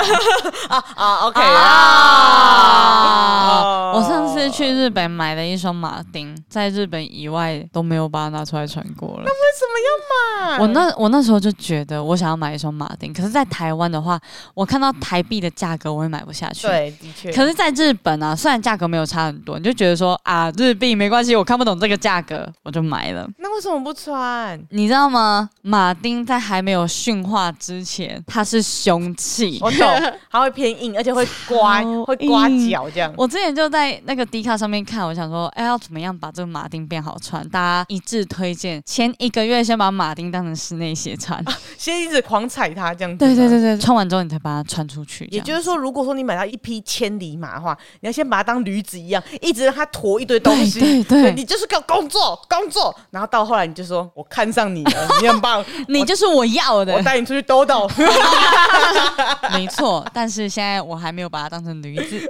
啊，OK 哦啊！哦我上次去日本买了一双马丁，在日本以外都没有把它拿出来穿过了。啊我那我那时候就觉得我想要买一双马丁，可是，在台湾的话，我看到台币的价格我也买不下去。。对，的确，可是，在日本啊，虽然价格没有差很多，你就觉得说啊，日币没关系，我看不懂这个价格，我就买了。那为什么 不穿？你知道吗？马丁在还没有驯化之前，它是凶器。我懂，它会偏硬，而且会刮，超会刮硬脚这样。我之前就在那个迪卡上面看，我想说，哎、要怎么样把这个马丁变好穿？大家一致推荐，前一个月先把马丁当成室内鞋穿。先一直狂踩它这样子。 对对。对对，穿完之后你才把它穿出去。也这就样是说，如果说你买到一匹千里马的话，你要先把它当驴子一样，一直让它驮一堆东西。对对对你就是给我工作工作，然后到后来你就说我看上你了，你很棒， 你就是我要我的，带你出去兜兜。 没错。但是现在我还没有把它当成驴 子。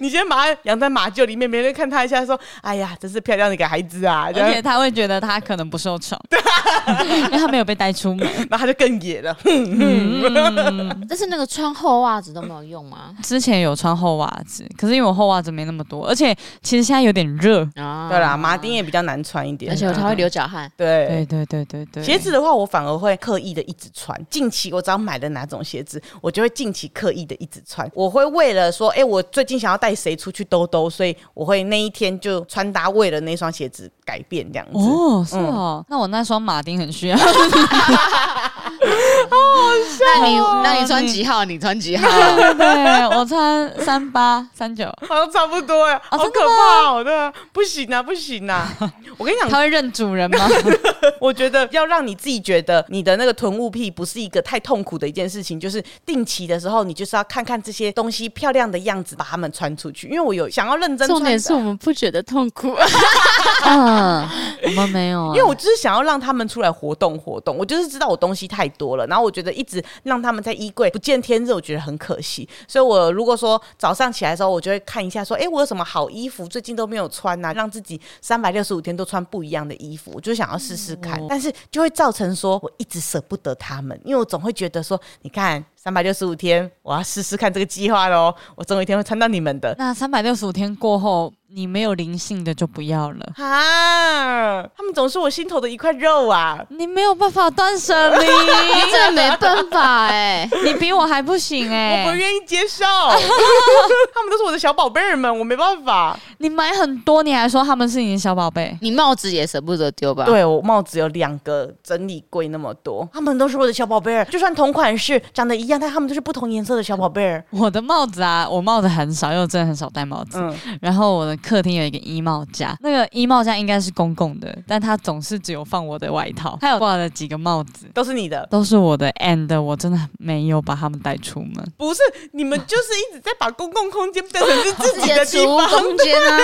你先把它养在马厩里面，别人看它一下说：“哎呀，真是漂亮的一个孩子啊！”这而且样，他会觉得他可能不受 宠，因为他没有被带出 门。嗯然后它就更野了。啊但是那个穿厚袜子都没有用啊吗？之前有穿厚袜子，可是因为我厚袜子没那么多，而且其实现在有点热。啊对啦，啊马丁也比较难穿一点，而且它会流脚汗。对对。对对对对，鞋子的话，我反而会刻意的一直穿。近期我只要买了哪种鞋子，我就会近期刻意的一直穿。我会为了说，哎、我最近想要带谁出去兜兜，所以我会那一天就穿搭为了那双鞋子嗯哦改变这样子。 哦，是哦，那我那双马丁很需要。那你哦那你穿几号？你穿几号？对，我穿三八三九，好像差不多哎、哦好真的可怕、哦，对啊，不行啊，不行啊！我跟你他讲，会认主人吗？我觉得要让你自己觉得你的那个囤物癖不是一个太痛苦的一件事情，就是定期的时候，你就是要看看这些东西漂亮的样子，把它们穿出去。因为我有想要认真穿重的啊点是我们不觉得痛苦， 嗯，我们没有啊，因为我就是想要让他们出来活动活动，我就是知道我东西太多了，然后我觉得一直让他们在衣柜不见天日，我觉得很可惜。所以我如果说早上起来的时候，我就会看一下说，哎、我有什么好衣服最近都没有穿呐、啊让自己三百六十五天都穿不一样的衣服，我就想要试试看，但是就会造成说我一直舍不得他们，因为我总会觉得说，你看。三百六十五天，我要试试看这个计划喽！我总有一天会穿到你们的那三百六十五天过后，你没有灵性的就不要了。啊！他们总是我心头的一块肉啊！你没有办法断舍 离，真的没办法哎、 你比我还不行哎、我不愿意接受，他们都是我的小宝贝儿们，我没办法。你买很多，你还说他们是你的小宝贝，你帽子也舍不得丢吧？，对我帽子有两个整理柜那么多，他们都是我的小宝贝儿，就算同款式长得一样，但他们都是不同颜色的小宝贝儿。我的帽子啊，我帽子很少，因为我真的很少戴帽子。嗯，然后我的客厅有一个衣帽架，那个衣帽架应该是公共的，但它总是只有放我的外套，还有挂了几个帽子，都是你的，都是我的，and 我真的没有把它们带出门。不是你们就是一直在把公共空间变成是自自己己 的的地储物方。空间啊，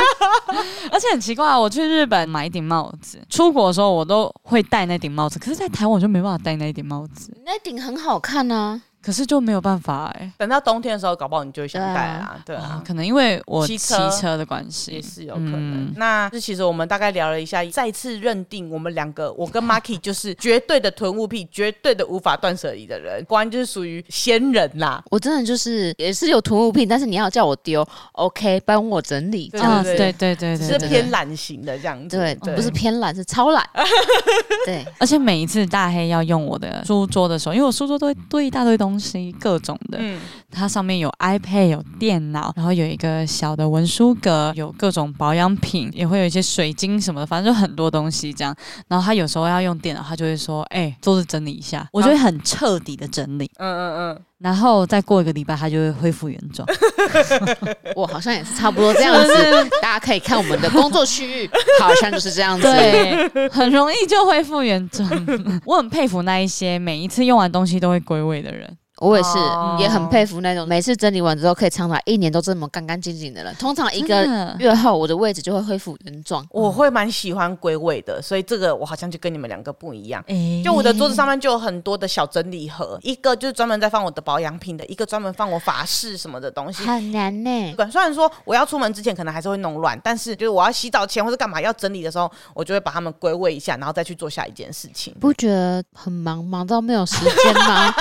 而且很奇怪啊，我去日本买一顶帽子，出国的时候我都会戴那顶帽子，可是，在台湾我就没办法戴那一顶帽子， 那顶很好看啊。可是就没有办法哎、等到冬天的时候，搞不好你就会想戴啊，对啊啊。可能因为我骑骑车车的关也系，是有可能。嗯那这其实我们大概聊了一下，再次认定我们两个，我跟 Marky 就是绝对的囤物癖，绝对的无法断舍离的人，果然就是属于仙人啦。我真的就是也是有囤物品，但是你要叫我丢，OK，帮我整理。对啊，对对对对只对是对，偏懒型的这样子。嗯对，对不是偏懒，是超 懒。对，而且每一次大黑要用我的书桌的时候，因为我书桌都会堆一大堆东西，各种的，嗯，它上面有 iPad，有电脑，然后有一个小的文书格，有各种保养品，也会有一些水晶什么的，反正就很多东西这样。然后他有时候要用电脑，他就会说：“哎、桌子整理一下。”我就会很彻底的整理，嗯嗯然后再过一个礼拜，他就会恢复原 状。我好像也是差不多这样子。大家可以看我们的工作区域，好像就是这样子。对，很容易就恢复原状。 我很佩服那一些每一次用完东西都会归位的人。我也是哦，也很佩服那种每次整理完之后可以长达一年都这么干干净净的人。通常一真个的月后，我的位置就会恢复原状。我会蛮喜欢归位的，所以这个我好像就跟你们两个不一样。哎就我的桌子上面就有很多的小整理盒，一个就是专门在放我的保养品的，一个专门放我法式什么的东西。啊很难呢、虽然说我要出门之前可能还是会弄乱，但是就是我要洗澡前或者干嘛要整理的时候，我就会把它们归位一下，然后再去做下一件事情。不觉得很忙，忙到没有时间 吗？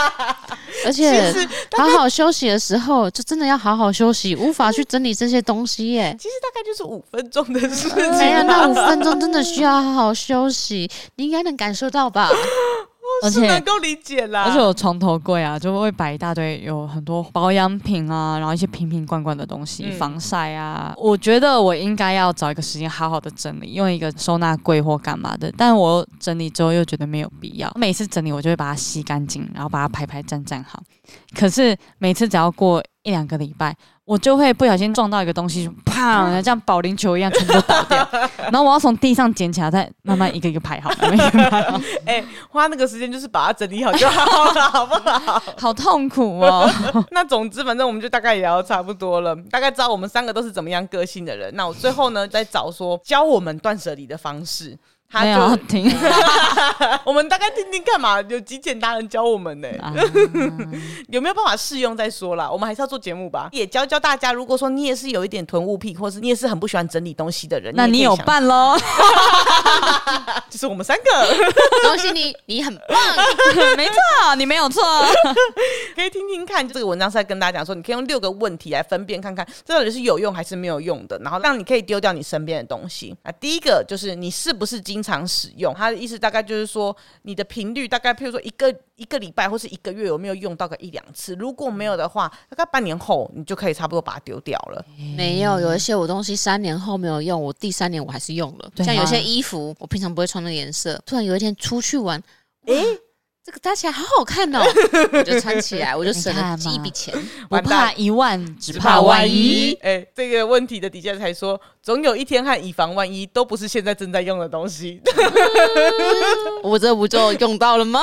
而且其实好好休息的时候，就真的要好好休息，无法去整理这些东西耶。其实大概就是五分钟的事情啊哎呀，吧那五分钟真的需要好好休息，你应该能感受到 吧？而是且能够理解啦。而且我床头柜啊，就会摆一大堆有很多保养品啊，然后一些瓶瓶罐罐的东西，嗯防晒啊。我觉得我应该要找一个时间好好的整理，用一个收纳柜或干嘛的。但我整理之后又觉得没有必要，每次整理我就会把它吸干净，然后把它排排站站好。可是每次只要过一两个礼拜，我就会不小心撞到一个东西，啪， 像保龄球一样全部都倒掉，然后我要从地上捡起来，再慢慢一个一个排好，慢慢一个一 个排好，哎、花那个时间就是把它整理好就好了，好不好？好痛苦哦。那总之，反正我们就大概聊得差不多了，大概知道我们三个都是怎么样个性的人。那我最后呢，再找说教我们断舍离的方式。 他没有要就啊停。我们大概听听看嘛，有极简达人教我们呢、 啊有没有办法试用再说啦？我们还是要做节目吧，也教教大家。如果说你也是有一点囤物癖，或是你也是很不喜欢整理东西的人，那你你也可以有想，伴 喽？就是我们三个恭喜你，你很棒。没错，你没 有错。可以听听看。这个文章是在跟大家讲说，你可以用六个问题来分辨看看这到底是有用还是没有用的，然后让你可以丢掉你身边的东西。啊，第一个就是你是不是经常使用？它的意思大概就是说你的频率大概，譬如说一个一个礼拜或是一个月有没有用到个一两次？如果没有的话，大概半年后你就可以差不多把它丢掉了。没有，嗯有一些我东西三年后没有用，我第三年我还是用了。对啊像有些衣服，我平常不会穿那个颜色，突然有一天出去玩，诶、这个搭起来好好看 哦，我就穿起来，我就省了你看嘛一笔钱。不完蛋怕一万，只怕万一。哎、这个问题的底下才说，总有一天和以防万一都不是现在正在用的东西。 我这不就用 到了吗？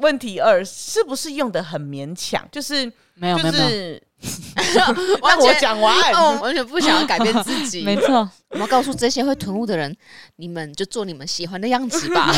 问题二，是不是用的很勉强？就是没有没就有没有。是， 让我讲完。哦，完全不想要改变自 己。没错，我们要告诉这些会囤物的人，你们就做你们喜欢的样子 吧。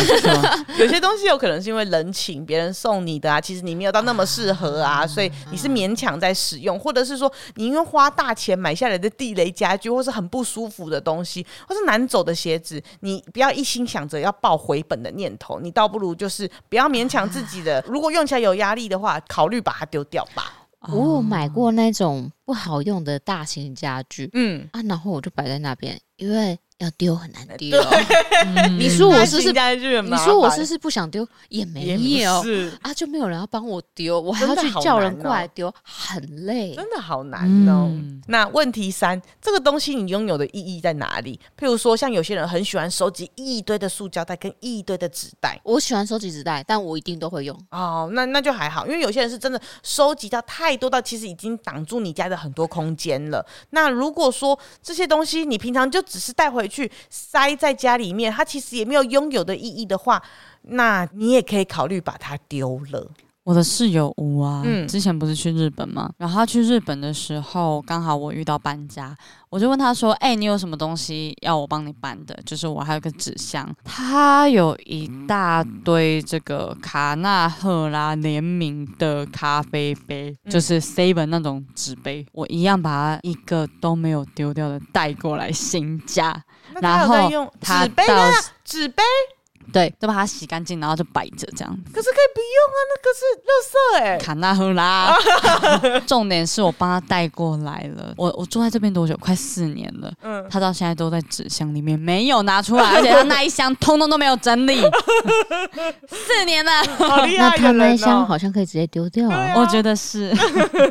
有些东西有可能是因为人情，别人送你的啊，其实你没有到那么适合嗯啊，所以你是勉强在使用，或者是说你因为花大钱买下来的地雷家具，或是很不舒服的东西，或是难走的鞋子，你不要一心想着要报回本的念头，你倒不如就是不要勉强自己的， 如果用起来有压力的话，考虑把它丢掉吧。哦我有买过那种不好用的大型家具嗯，啊，然后我就摆在那边，因为要丢很难丢。哦嗯 你说我是不是？家具很你麻烦说我是不是不想丢？也没也有不是啊，就没有人要帮我丢，我还要真的去好叫人难过哦来丢，很累。真的好难哦。嗯那问题三，这个东西你拥有的意义在哪里？譬如说，像有些人很喜欢收集一堆的塑胶袋跟一堆的纸袋。我喜欢收集纸袋，但我一定都会用。哦，那那就还好，因为有些人是真的收集到太多到其实已经挡住你家的很多空间了。那如果说这些东西你平常就只是带回去塞在家里面，它其实也没有拥有的意义的话，那你也可以考虑把它丢了。我的室友吴啊，嗯之前不是去日本吗？然后他去日本的时候，刚好我遇到搬家，我就问他说：“哎、你有什么东西要我帮你搬的？就是我还有个纸箱，他有一大堆这个卡纳赫拉联名的咖啡杯，嗯就是 Seven 那种纸杯，我一样把它一个都没有丢掉的带过来新家，那他然有在后用他纸杯到呢？纸杯对，就把它洗干净，然后就摆着这样。可是可以不用啊，那个是垃圾哎、卡纳赫拉。 重点是我帮他带过来了。我我住在这边多久？快四年了。嗯，他到现在都在纸箱里面，没有拿 出来，而且他那一箱通通都没有整理，四年了，好厉 那害他的那一人箱哦！好像可以直接丢掉啊。 我觉得是。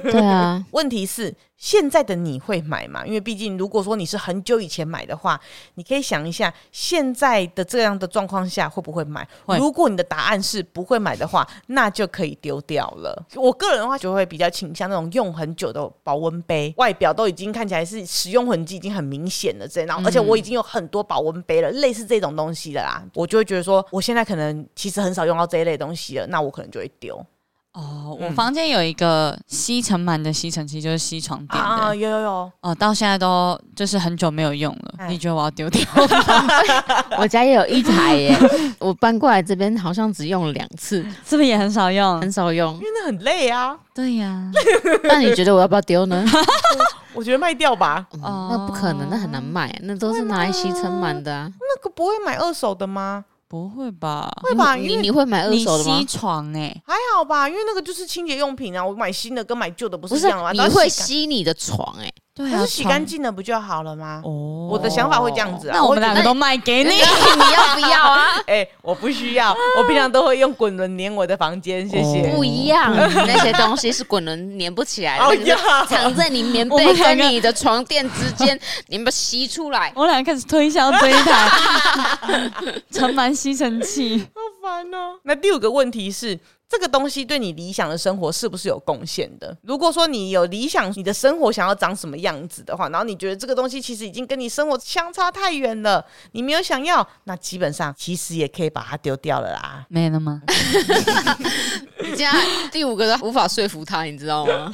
对啊，问题是现在的你会买吗？因为毕竟如果说你是很久以前买的话，你可以想一下现在的这样的状况下会不会买。会如果你的答案是不会买的话，那就可以丢掉了。我个人的话就会比较倾向那种用很久的保温杯，外表都已经看起来是使用痕迹已经很明显了，这样然后而且我已经有很多保温杯了，类似这种东西的啦，我就会觉得说我现在可能其实很少用到这一类东西了，那我可能就会丢哦，我嗯房间有一个吸尘螨的吸尘器，就是吸床垫啊，的。有有有。哦，到现在都就是很久没有用了。哎你觉得我要丢掉？我家也有一台耶，我搬过来这边好像只用了两次， 是不是也很少用嗯很？少 用因。为那很累啊，对呀、那你觉得我要不要丢 呢？我觉得卖掉吧。嗯哦那不可能，那很难卖，啊那都是拿来吸尘螨的啊。那个不会买二手的吗？不会吧？会吧，你因为你会买二你手的吗吸？床哎、还好吧，因为那个就是清洁用品啊。我买新的跟买旧的不不是一是样的吗？你只要会洗吸你的床哎，对干，啊，可是洗干净了不就好了吗床。？哦，我的想法会这样子啊。那我们会觉两得个都卖 给你。你要不要啊？哎、我不需要，我平常都会用滚轮粘我的房间，谢谢。哦不一样，那些东西是滚轮粘不起来的，哎那个呀是藏在你棉我被们两跟个你的床垫之间， 你们吸出来。我俩开始推销这一台 尘螨吸尘器，好烦哦、那第五个问题是，这个东西对你理想的生活是不是有贡献的？如果说你有理想，你的生活想要长什么样子的话，然后你觉得这个东西其实已经跟你生活相差太远了，你没有想要，那基本上其实也可以把它丢掉了啦。没了吗？现在第五个都无法说服他，你知道吗？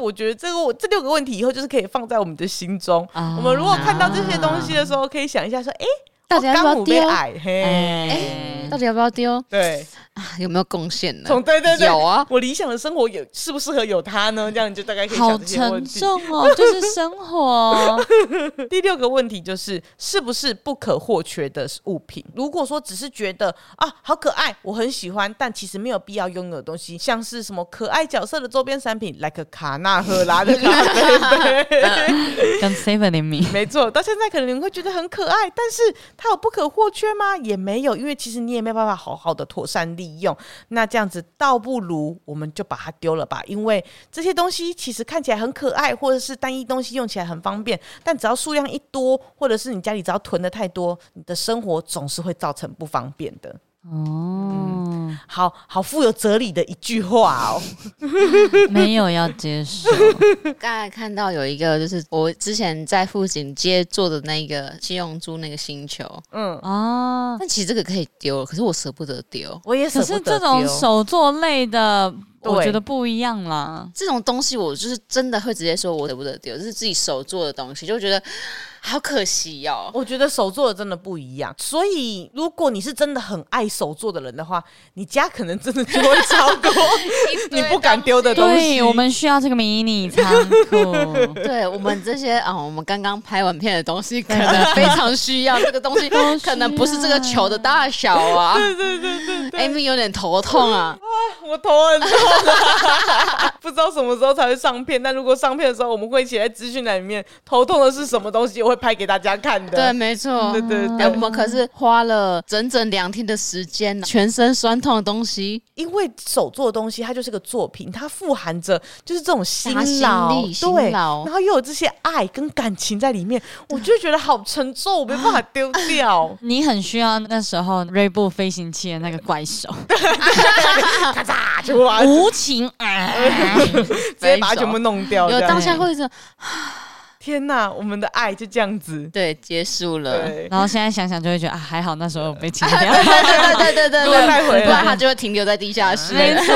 我觉得这个我这六个问题以后就是可以放在我们的心中。啊我们如果看到这些东西的时候，可以想一下说，哎、到底我要不刚要好被丢？矮嘿，哎到底要不要丢？对，嗯啊有没有贡献呢？从对对对，有啊，我理想的生活有适不适合有它呢？这样你就大概可以好想这些问沉题。重哦，就是生活。第六个问题就是，是不是不可或缺的物品？如果说只是觉得啊，好可爱，我很喜欢，但其实没有必要拥有的东西，像是什么可爱角色的周边产品，like 卡纳赫拉的咖啡 杯，跟 Seven 联名，没错。到现在可能你会觉得很可爱，但是它有不可或缺吗？也没有，因为其实你也没有办法好好的妥善利用。那这样子，倒不如我们就把它丢了吧，因为这些东西其实看起来很可爱，或者是单一东西用起来很方便，但只要数量一多，或者是你家里只要囤的太多，你的生活总是会造成不方便的。哦，好好富有哲理的一句话哦。没有要接 受，刚才看到有一个，就是我之前在富锦街做的那个七龙珠那个星球，嗯，哦。但其实这个可以丢，可是我舍不得丢。我也舍可不是这得种丢手作类的，我对觉得不一样啦。这种东西我就是真的会直接说我舍不得丢，这是自己手做的东西，就觉得啊好可惜 哦。。我觉得手做的真的不一样，所以如果你是真的很爱手做的人的话，你家可能真的就会超过 你不敢丢的东西。对，我们需要这个迷你仓库。对我们这些啊、我们刚刚拍完片的东西，可能非常需要这个东西，可能不是这个球的大小啊。对对对对，Amy 有点头痛啊。 我头很痛、啊，不知道什么时候才会上片。但如果上片的时候，我们会写在资讯栏里面。头痛的是什么东西，我会拍给大家看的。对，没错。对对哎，对我们可是花了整整两天的时间，全身酸痛的东西，因为手做的东西，它就是个作品，它富含着就是这种辛大家心劳，力辛对，劳然后又有这些爱跟感情在里面，我就觉得好沉重，我没办法丢掉你很需要那时候锐步飞行器的那个怪手，咔嚓，全部把它无情啊！ 直接把它全部弄掉。有这样当下会是天哪，我们的爱就这样子。对结束了。对，然后现在想想就会觉得啊，还好那时候有被清掉。对对对对对如果对，带回来不然它就会停留在地下室。 没错，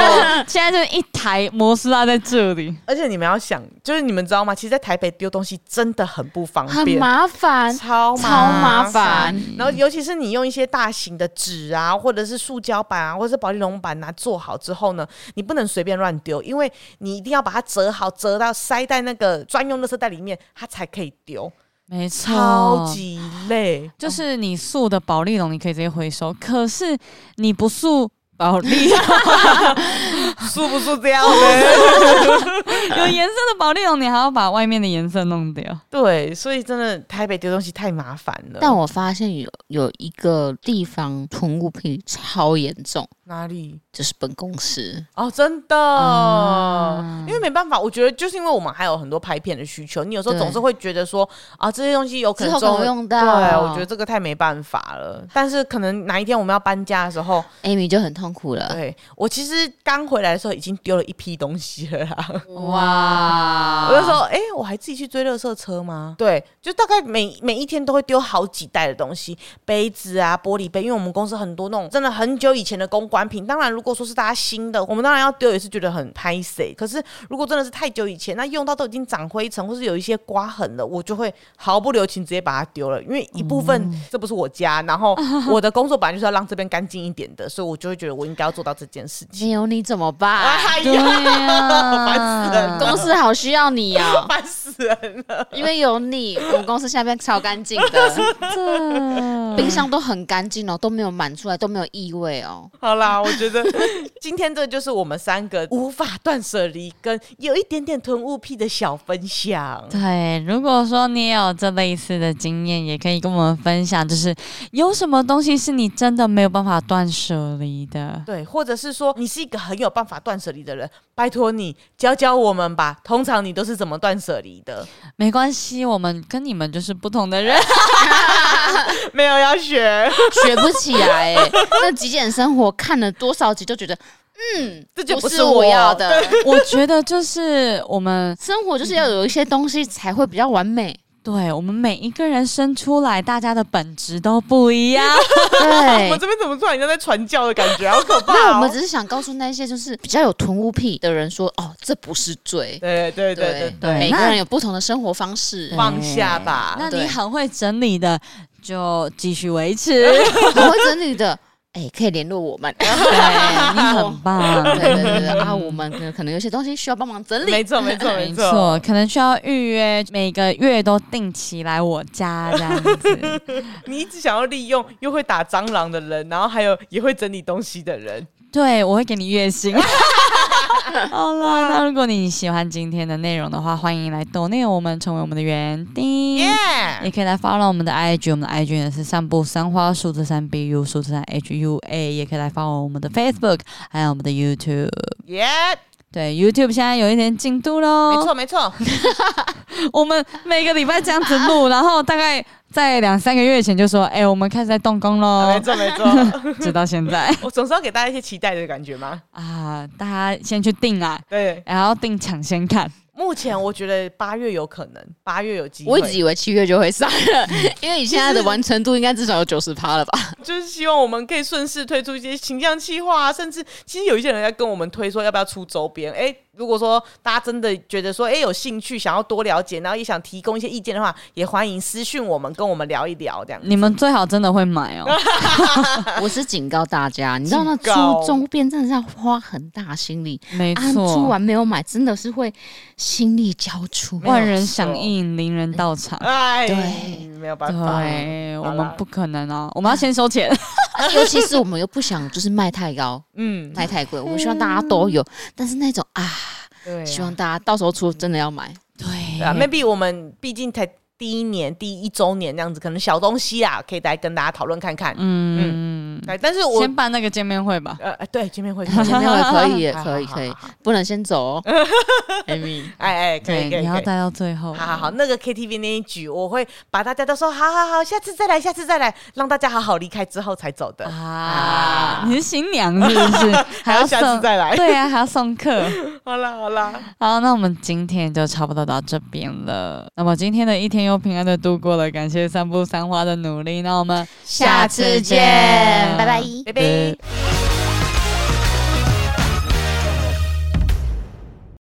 现在就一台摩斯拉在这里，而且你们要想，就是你们知道吗？其实，在台北丢东西真的很不方很便，麻烦，超超麻烦。烦。然后，尤其是你用一些大型的纸啊，或者是塑胶板啊，或者是保丽龙板啊，做好之后呢，你不能随便乱丢，因为你一定要把它折好，折到塞在那个专用垃圾袋里面，它才可以丢，没错，超哦级 累。就是你塑的保利龙，你可以直接回收，可是你不塑保 利，是不是这样呢？有颜色的保利龙，你还要把外面的颜色弄掉。对，所以真的台北丢东西太麻烦了。但我发现有有一个地方囤物癖超严重，哪里？就是本公司。哦，真的，嗯啊因为没办法，我觉得就是因为我们还有很多拍片的需求，你有时候对总是会觉得说啊，这些东西有可之能后之后可能用到对，我觉得这个太没办法了。但是可能哪一天我们要搬家的时候， Amy 就很痛苦了。对我其实刚回来的时候已经丢了一批东西了啦。哇我就说，哎、我还自己去追垃圾车吗？对，就大概每每一天都会丢好几袋的东西，杯子啊、玻璃杯，因为我们公司很多那种真的很久以前的公关品。当然，如果说是大家新的，我们当然要丢，也是觉得很拍谁。可是如果真的是太久以前，那用到都已经长灰尘或是有一些刮痕了，我就会毫不留情直接把它丢了，因为一部分、这不是我家，然后我的工作本来就是要让这边干净一点的，所以我就会觉得我应该要做到这件事 情。没有你怎么办？哎对呀，呀， 烦死人了 公司好需要你哦，烦死人了！因为有你，我们公司下面超干净 的，冰箱都很干净哦，都没有满出来，都没有异味 哦。好啦，我觉得今天这就是我们三个无法断舍离跟有一点点囤物癖的小分享。对，如果说你也有这类似的经验，也可以跟我们分享，就是有什么东西是你真的没有办法断舍离的。对，或者是说你是一个很有办法断舍离的人，拜托你教教我们吧。通常你都是怎么断舍离的？没关系，我们跟你们就是不同的 人。没有要学，学不起来、欸。那极简生活看了多少集就觉得，嗯， 这就不不是是我我要的。我觉得就是我们，生活就是要有一些东西才会比较完 美。对我们每一个人生出来，大家的本质都不一样。 我对们，这边怎么突然间在传教的感觉，好可怕、哦！ 那我们只是想告诉那些就是比较有囤物癖的人说，哦，这不是罪。对对对对对，对每个那人有不同的生活方式，放下吧。那对你很会整理的，就继续维 持。我会整理的。 哎、可以联络我们。对对，你 很棒对。对对啊，我们可能可能有些东西需要帮忙整理。没错没错没哎 没错，错，可能需要预约，每个月都定期来我家这样 子。你一直想要利用又会打蟑螂的人，然后还有也会整理东西的人，对，我会给你月 薪。好啦，那如果你喜欢今天的内容的话，欢迎来抖内我们，成为我们的园丁。耶、也可以来 follow 我们的 IG，我们的 IG 呢是散步三花数字三 BU 数字三 HUA，也可以来 follow 我们的 Facebook，还有我们的 YouTube。耶、对，YouTube 现在有一点哦进度喽。没错没错。我们每个礼拜这样子录，然后大概 在两三个月前就说，哎、我们开始在动工喽哦没，错没 错，直到现在 我总是要给大家一些期待的感觉嘛。啊，大家先去订啊，对，然后订抢先看，目前我觉得八月有可能，八月有机会。 我一直以为七月就会上了， 因为你现在的完成度应该至少有九十趴了吧？就是希望我们可以顺势推出一些形象企划啊，甚至其实有一些人在跟我们推说要不要出周边。哎、如果说大家真的觉得说哎、有兴趣，想要多了解，然后也想提供一些意见的话，也欢迎私讯我们，跟我们聊一聊这样。你们最好真的会买哦。 我是警告大家，你知道那警告出周边真的是要花很大心力，没啊，出错，完没有买，真的是会心力交瘁。万人响应，零人到场。哎，对没有办法。对，我好们啦不可能啊，我们要先收钱。啊尤其是我们又不想就是卖太高、嗯，卖太贵，我们希望大家都有。但是那种啊，对啊、希望大家到时候出真的要 买，对对啊，maybe 我们毕竟才第一年、第一周年这样子，可能小东西啊，可以来跟大家讨论看看。嗯，对，但是我先办那个见面会吧。呃，哎对，见面 会，前面会可以耶，好可以好可以好好，不能先走 哦，Amy。哎哎，可以可以，你要可以待到最后。好好好，那个 KTV 那一局，我会把大家都说好好好，下次再来，下次再来，让大家好好离开之后才走的。哦啊，你是新娘是不 是？还要送下次再来对啊，还要送客。好啦好啦，好，那我们今天就差不多到这边了。那么今天的一天又平安的度过了，感谢三步三花的努力。那我们下次见，拜拜。拜拜。呃